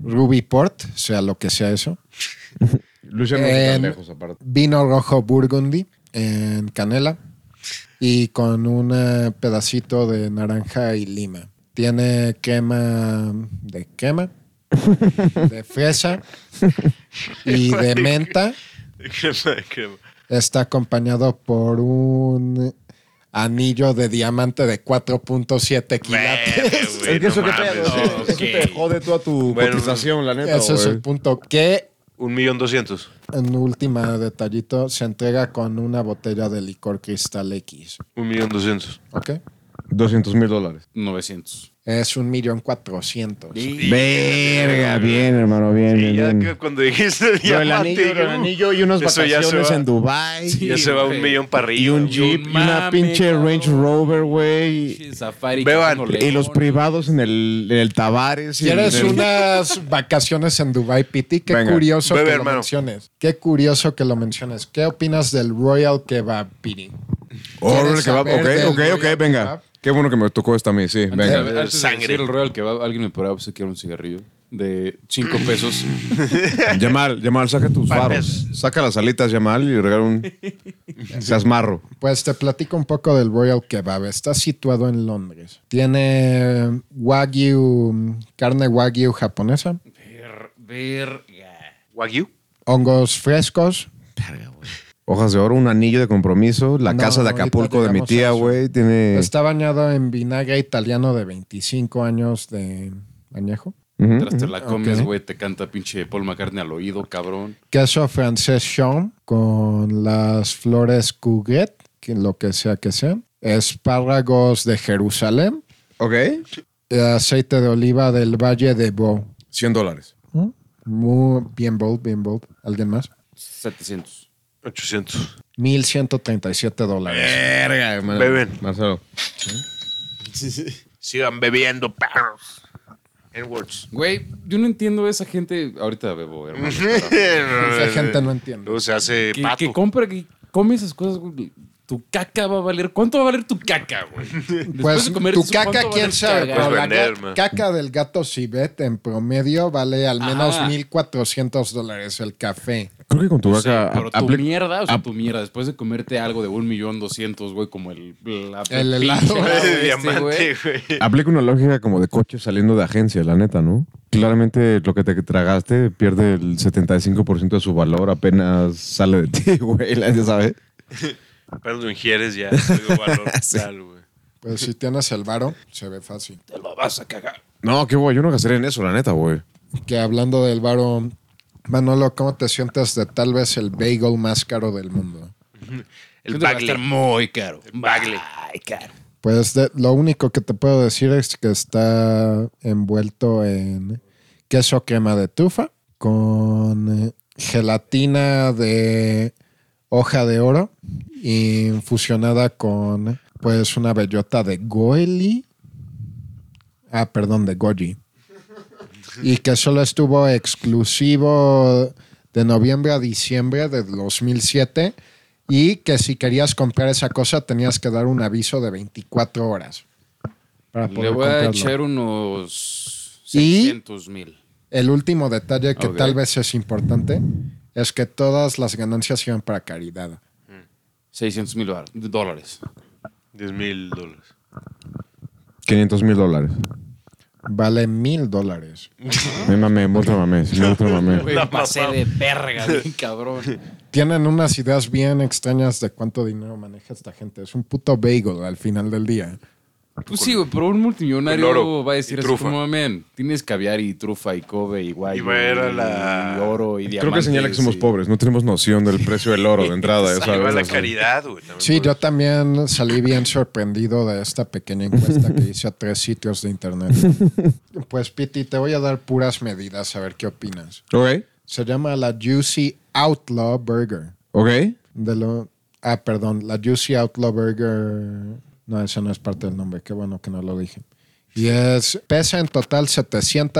C: ruby port, sea lo que sea eso.
A: Luciano no está tan
C: En-
A: lejos, aparte.
C: Vino rojo burgundy en canela y con un eh, pedacito de naranja y lima. Tiene crema de crema, de fresa y
A: *laughs*
C: de menta.
B: *laughs* Crema de crema.
C: Está acompañado por un anillo de diamante de 4.7
B: Verga,
C: quilates.
B: güey, no mames, no.
A: Eso te jode toda tu
B: Bueno,
A: cotización, la neta,
C: Ese es
A: güey.
C: el punto. Que
B: Un millón doscientos.
C: en última detallito se entrega con una botella de licor cristal X.
B: Un millón doscientos.
C: ¿Ok?
A: 200 mil dólares.
D: 900.
C: Es un millón cuatrocientos.
A: Verga, bien, hermano, bien,
B: Y ya que cuando dijiste el
A: Lo del
B: diamante,
A: anillo, lo del
B: uh,
A: anillo y unas
B: eso ya se
A: vacaciones
B: va.
A: en Dubai
D: Sí,
B: Ya se va
D: güey.
B: un millón para arriba.
A: y un
B: güey.
A: Jeep y una
D: Mame,
A: pinche
D: cabrón.
A: Range Rover, güey.
D: Safari.
B: Beban,
D: cazando
A: Y los
D: leones.
A: privados en el, en el Tabares. y en
C: ¿Quieres
A: el-
B: *laughs*
C: unas vacaciones en Dubai, Piti? Qué
A: Venga.
C: curioso
B: Bebe,
C: que
B: hermano.
C: lo menciones. Qué curioso que lo menciones. ¿Qué opinas del Royal Kebab, Piti?
A: *laughs* Órale,
C: ¿Quieres
A: que va-
C: saber del
A: Ok, ok,
C: Royal
A: ok, venga.
C: Kebab?
A: Qué bueno que me tocó esta a mí, sí,
D: Antes de-
A: venga.
D: antes de
B: Sangre.
D: decir el Royal que va, alguien me podrá obsequiar un cigarrillo. de 5 pesos.
A: *laughs* Yamal, Yamal, saca tus
B: Para
A: faros. Saca las alitas, Yamal, y regala
B: *laughs*
A: un sasmarro.
C: Pues te platico un poco del Royal Kebab. Está situado en Londres. Tiene wagyu, carne wagyu japonesa,
D: Ver- verga.
B: ¿Wagyu?
C: hongos frescos,
A: Hojas de oro, un anillo de compromiso, la
C: No,
A: casa de
C: ahorita
A: Acapulco de mi
C: llegamos a
A: tía,
C: eso.
A: güey, tiene...
C: Está bañado en vinagre italiano de 25 años de añejo.
A: Ujú,
D: Mientras te
A: ujú.
D: la comes,
C: Ok.
D: güey, te canta pinche Paul McCartney al oído, cabrón.
C: Queso francés Sean con las flores courgette, que lo que sea que sean. Espárragos de Jerusalén.
A: Ok.
C: Aceite de oliva del Valle de Bo.
A: 100 dólares.
C: ¿Mm? Muy bien bold, bien bold. ¿Alguien más?
D: 700.
B: 800.
C: 1137 dólares.
A: Verga, hermano.
B: Beben.
A: Marcelo.
B: Sigan bebiendo, perros. *laughs* N-words.
D: Güey, yo no entiendo a esa gente. Ahorita bebo, hermano. Eh,
C: Esa gente no entiende.
B: Luego se hace
D: que,
B: pato.
D: que compra, que come esas cosas, güey. Tu caca va a valer. ¿Cuánto va a valer tu caca,
B: *laughs*
D: güey? Después
C: Pues
D: de comer
C: tu
D: eso, ¿cuánto
C: caca,
D: va a
C: quién
D: valer
C: sabe,
D: caca?
C: pero
B: Pues
C: la
B: vender,
C: ca-
B: man.
C: caca del gato civet en promedio vale al menos
D: Ajá.
C: 1.400 dólares el café.
A: Creo que con tu
D: No sé,
A: vaca...
D: pero tu
A: apli-
D: mierda, o sea,
A: ap-
D: tu mierda, después de comerte algo de un millón doscientos, güey, como el... la-
C: El
D: pinche
B: *laughs*
C: helado.
B: El
D: este, güey.
B: diamante, güey.
A: Aplica una lógica como de coche saliendo de agencia, la neta, ¿no? Claramente lo que te tragaste pierde el 75% de su valor apenas sale de *laughs* ti, güey, la- ya sabes.
B: Pero lo ingieres ya. algo
A: *laughs*
B: valor tal, güey.
C: Pues si tienes el varo, se ve fácil.
B: Te lo vas a cagar.
A: No, qué güey, yo no gastaría en eso, la neta, güey.
C: Que hablando del varo, Manolo, ¿cómo te sientes de tal vez el bagel más caro del mundo?
B: El
D: Siento que va a
B: bagley.
D: estar muy caro.
B: El bagley.
C: Pues de- lo único que te puedo decir es que está envuelto en queso crema de tufa con eh, gelatina de hoja de oro infusionada con pues una bellota de goeli. Ah, perdón, de goji. Y que solo estuvo exclusivo de noviembre a diciembre de 2007 y que si querías comprar esa cosa tenías que dar un aviso de 24 horas para
D: Le
C: poder
D: voy a
C: Ah, comprarlo.
D: echar unos
C: Y-
D: 600 mil.
C: El último detalle que
D: Ok.
C: tal vez es importante es que todas las ganancias iban para caridad.
D: 600 mil bar-
B: *laughs*
D: dólares.
B: 10 mil dólares.
A: 500 mil dólares.
C: Vale mil dólares.
A: Me mamé, me ultra mamé, sí, me ultra *laughs* mamé.
D: Güey, pasé de
B: *laughs*
D: verga, bien cabrón.
C: Tienen unas ideas bien extrañas de cuánto dinero maneja esta gente. Es un puto bagel al final del día.
D: Pues sí, güey, pero un multimillonario
B: Con oro
D: va a decir
B: y
D: así
B: trufa.
D: como, men, tienes caviar y trufa y cobre y guay.
B: Y va a ir a la-
D: Y oro y
A: Creo
D: diamantes.
A: que señala que somos
D: y-
A: pobres, no tenemos noción del precio del oro de entrada,
B: *laughs*
A: ya
B: Ahí va
A: sabes.
B: la
A: o sea.
B: caridad, güey. también
C: Sí,
B: por
C: yo también salí bien sorprendido de esta pequeña encuesta que hice a tres sitios de internet. Pues Piti, te voy a dar puras medidas a ver qué opinas.
A: Ok,
C: Se llama la Juicy Outlaw Burger.
A: ok.
C: De lo... Ah, perdón, la Juicy Outlaw Burger. No, esa no es parte del nombre. Qué bueno que no lo dije. Y es, pesa en total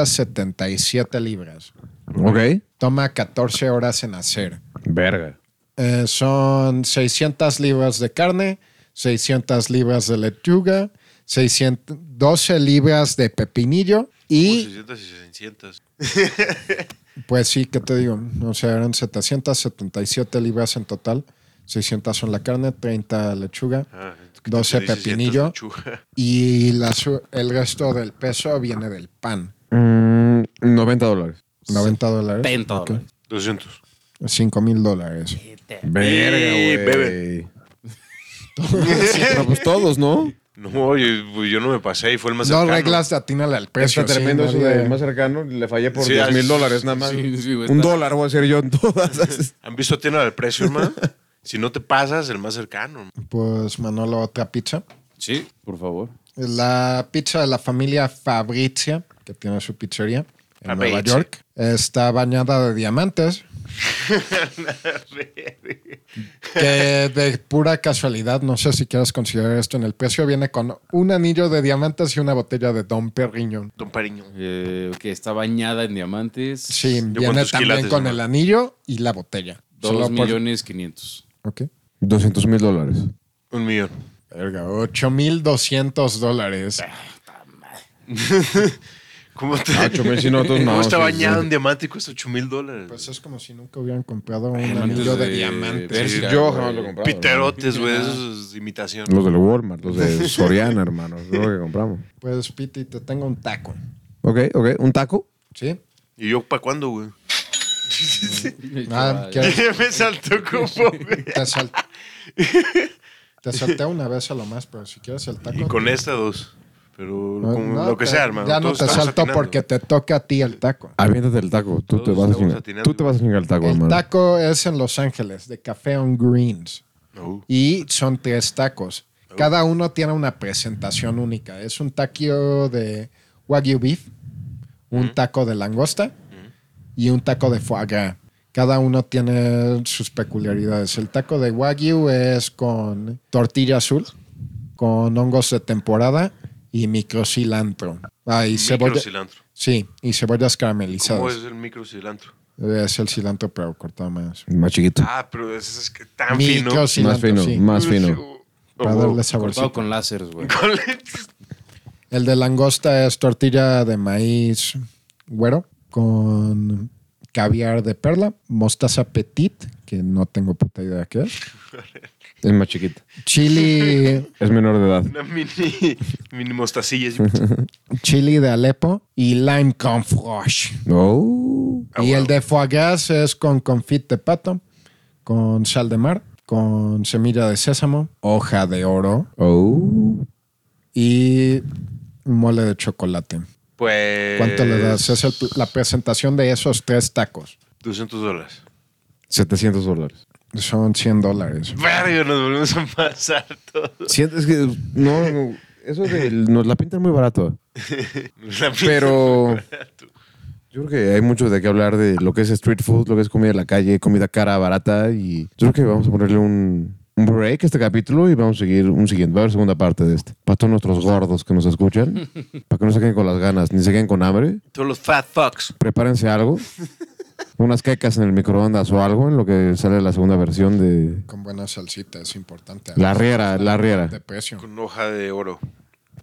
C: 777 libras.
A: Ok.
C: Toma 14 horas en hacer.
A: Verga.
C: Eh, son 600 libras de carne, 600 libras de lechuga, 612 libras y...
B: como
A: Oh,
C: y
B: 600 y 600.
C: Pues sí, ¿qué te digo? O sea, eran 777 libras en total. 600 son la carne, 30 lechuga.
B: Ah, es que
C: 12
B: te dice 600
C: pepinillo.
B: *laughs* lechuga.
C: Y la su- el resto del peso viene del pan.
A: Mm, 90 dólares.
C: 90 dólares.
D: 70 dólares.
B: 200.
C: 5 mil dólares.
B: Eh,
A: Verga,
B: beben.
A: güey. Pero pues todos, ¿no?
B: No, yo, yo no me pasé y fue el más
C: No
B: cercano.
C: reglas, atínale al precio.
A: Está tremendo
C: sí,
A: eso
C: nadie-
A: de más cercano. Le fallé por
B: Sí,
A: 10 mil
B: sí,
A: dólares nada más.
D: sí, sí, güey,
A: Un
D: está-
A: dólar voy a hacer yo en
B: *laughs*
A: todas.
B: ¿Han visto tiene al precio,
C: *laughs*
B: hermano? si no te pasas, el más cercano.
C: Pues Manolo, otra pizza.
D: Sí, por favor.
C: La pizza de la familia Fabrizia, que tiene su pizzería en Nueva
B: Fabrizia.
C: York. Está bañada
B: *laughs*
C: de diamantes. que de pura casualidad, no sé si quieras considerar esto en el precio, viene con un anillo de diamantes y una botella de Don Perriñón.
B: Don Pariño.
D: Eh, que está bañada en diamantes.
C: Sí, viene
B: cuántos
C: también
B: quilates,
C: con
B: no?
C: el anillo y la botella. Solo
D: Dos
C: por-
D: millones quinientos.
C: Ok.
A: 200 mil dólares.
B: Un millón. Ah.
C: Verga, 8,200 dólares.
B: ¿Cómo te,
A: Ah, Chumel Chinotos, no,
B: ¿cómo está
A: sí,
B: bañado
A: sí.
B: en diamante y cuesta 8 mil dólares?
C: Pues es como si nunca hubieran comprado un
D: Diamantes
C: anillo de,
D: de-
C: diamante.
D: Persia,
A: Sí, yo
D: güey.
A: jamás lo
D: *laughs*
A: he comprado.
B: Piterotes, güey, eso es imitación.
A: ¿no? Los del Walmart, los de Soriana, hermano. Es lo que compramos.
C: Pues, Piti, te tengo un taco.
A: Ok, ok. ¿Un taco?
C: ¿Sí?
B: ¿Y yo para cuándo, güey?
C: Ah,
B: *laughs*
C: ¿quieres-
B: Me
C: *laughs*
B: saltó como, güey. *laughs*
C: te, sal- te salté una vez a lo más, pero si quieres el taco.
B: Y con esta dos. Pero
C: No,
B: como
C: no,
B: lo que
C: te-
B: sea, hermano.
C: Ya no
B: todos
C: te
B: estamos
C: salto
B: atinando.
C: porque te toca a ti el taco.
A: Aviéntate el taco. Tú
B: Todos
A: te vas a
B: estamos
A: chingar.
B: atinando.
A: Tú te vas a chingar el taco,
C: El
A: Ah, hermano.
C: taco es en Los Ángeles, de Café on Greens.
B: No.
C: Y son tres tacos. Cada uno tiene una presentación única. Es un taquio de Wagyu beef, un taco de langosta y un taco de foie gras. Cada uno tiene sus peculiaridades. El taco de Wagyu es con tortilla azul, con hongos de temporada y microcilantro. Ah, y cebolla.
B: Microcilantro.
C: Sí, y cebollas
B: ¿Cómo
C: caramelizadas.
B: es el microcilantro?
C: Es el cilantro, pero cortado más.
A: Más chiquito.
B: Ah, pero ese es que tan fino.
C: Microcilantro,
A: más fino,
C: sí,
A: más fino.
B: Oh,
C: para darle saborcito.
D: Cortado con láseres,
B: *laughs*
D: güey.
C: El de langosta es tortilla de maíz güero con caviar de perla, mostaza petit, que no tengo puta idea qué es,
A: Es más chiquito. *laughs*
C: chili,
A: Es menor de edad.
B: Una mini, mini mostacilla.
C: *laughs*
B: así.
C: chili de Alepo y lime con frosh.
A: Oh.
B: Ah,
C: y
B: wow.
C: el de foie gras es con confit de pato, con sal de mar, con semilla de sésamo, hoja de oro
A: Oh.
C: y mole de chocolate.
B: Pues.
C: ¿Cuánto le das? Es el- la presentación de esos tres tacos.
B: 200 dólares.
A: 700 dólares.
C: Son 100 dólares.
B: Verga, nos volvemos a pasar todo.
A: Sientes que. No, no, eso de- nos la pintan muy barato.
B: *laughs* La pinta
A: Pero.
B: barato.
A: Yo creo que hay mucho de qué hablar de lo que es street food, lo que es comida de la calle, comida cara, barata. Y yo creo que vamos a ponerle un, un break a este capítulo y vamos a seguir un siguiente. Va a haber segunda parte de este. Para todos nuestros gordos que nos
B: *laughs*
A: escuchan, para que no se queden con las ganas ni se queden con hambre,
B: Todos los fat fucks.
A: prepárense
B: *laughs*
A: algo. Unas quecas en el microondas o algo en lo que sale la segunda versión de
C: Con buena salsita, es importante.
A: La Riera, La Riera.
C: De precio.
B: Con hoja de oro.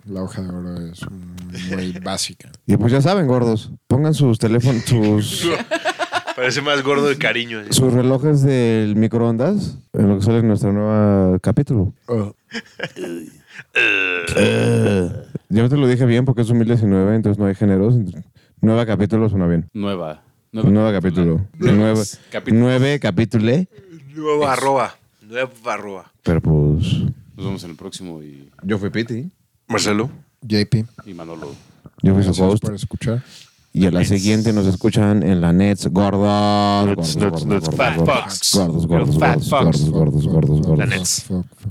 C: La hoja de oro es muy básica.
A: Y pues ya saben, gordos, pongan sus teléfonos, sus,
B: Parece más gordo de cariño.
C: *laughs*
B: así.
A: sus relojes del microondas en lo que sale nuestro nuevo capítulo. Eh, Yo te lo dije bien porque es 2019, entonces no hay géneros. entonces, Nueva capítulo suena bien.
D: Nueva.
A: Nueva capítulo. Nueva,
D: capítulos.
A: nueve capítulo.
B: Nueva arroba. Nueva arroba.
A: Pero pues.
D: Nos vemos en el próximo y,
A: Yo fui Piti.
B: Marcelo.
C: JP,
D: y Manolo.
A: Yo fui su
C: gracias
A: host.
C: por escuchar.
A: Y a la siguiente nos escuchan en la Nets. Gordos. Gordos, gordos, gordos,
B: Fat
A: gordos,
B: Fox.
A: gordos, gordos,
B: Fat
A: gordos, gordos, gordos, gordos, gordos.
B: Nets.
C: Fuck, fuck.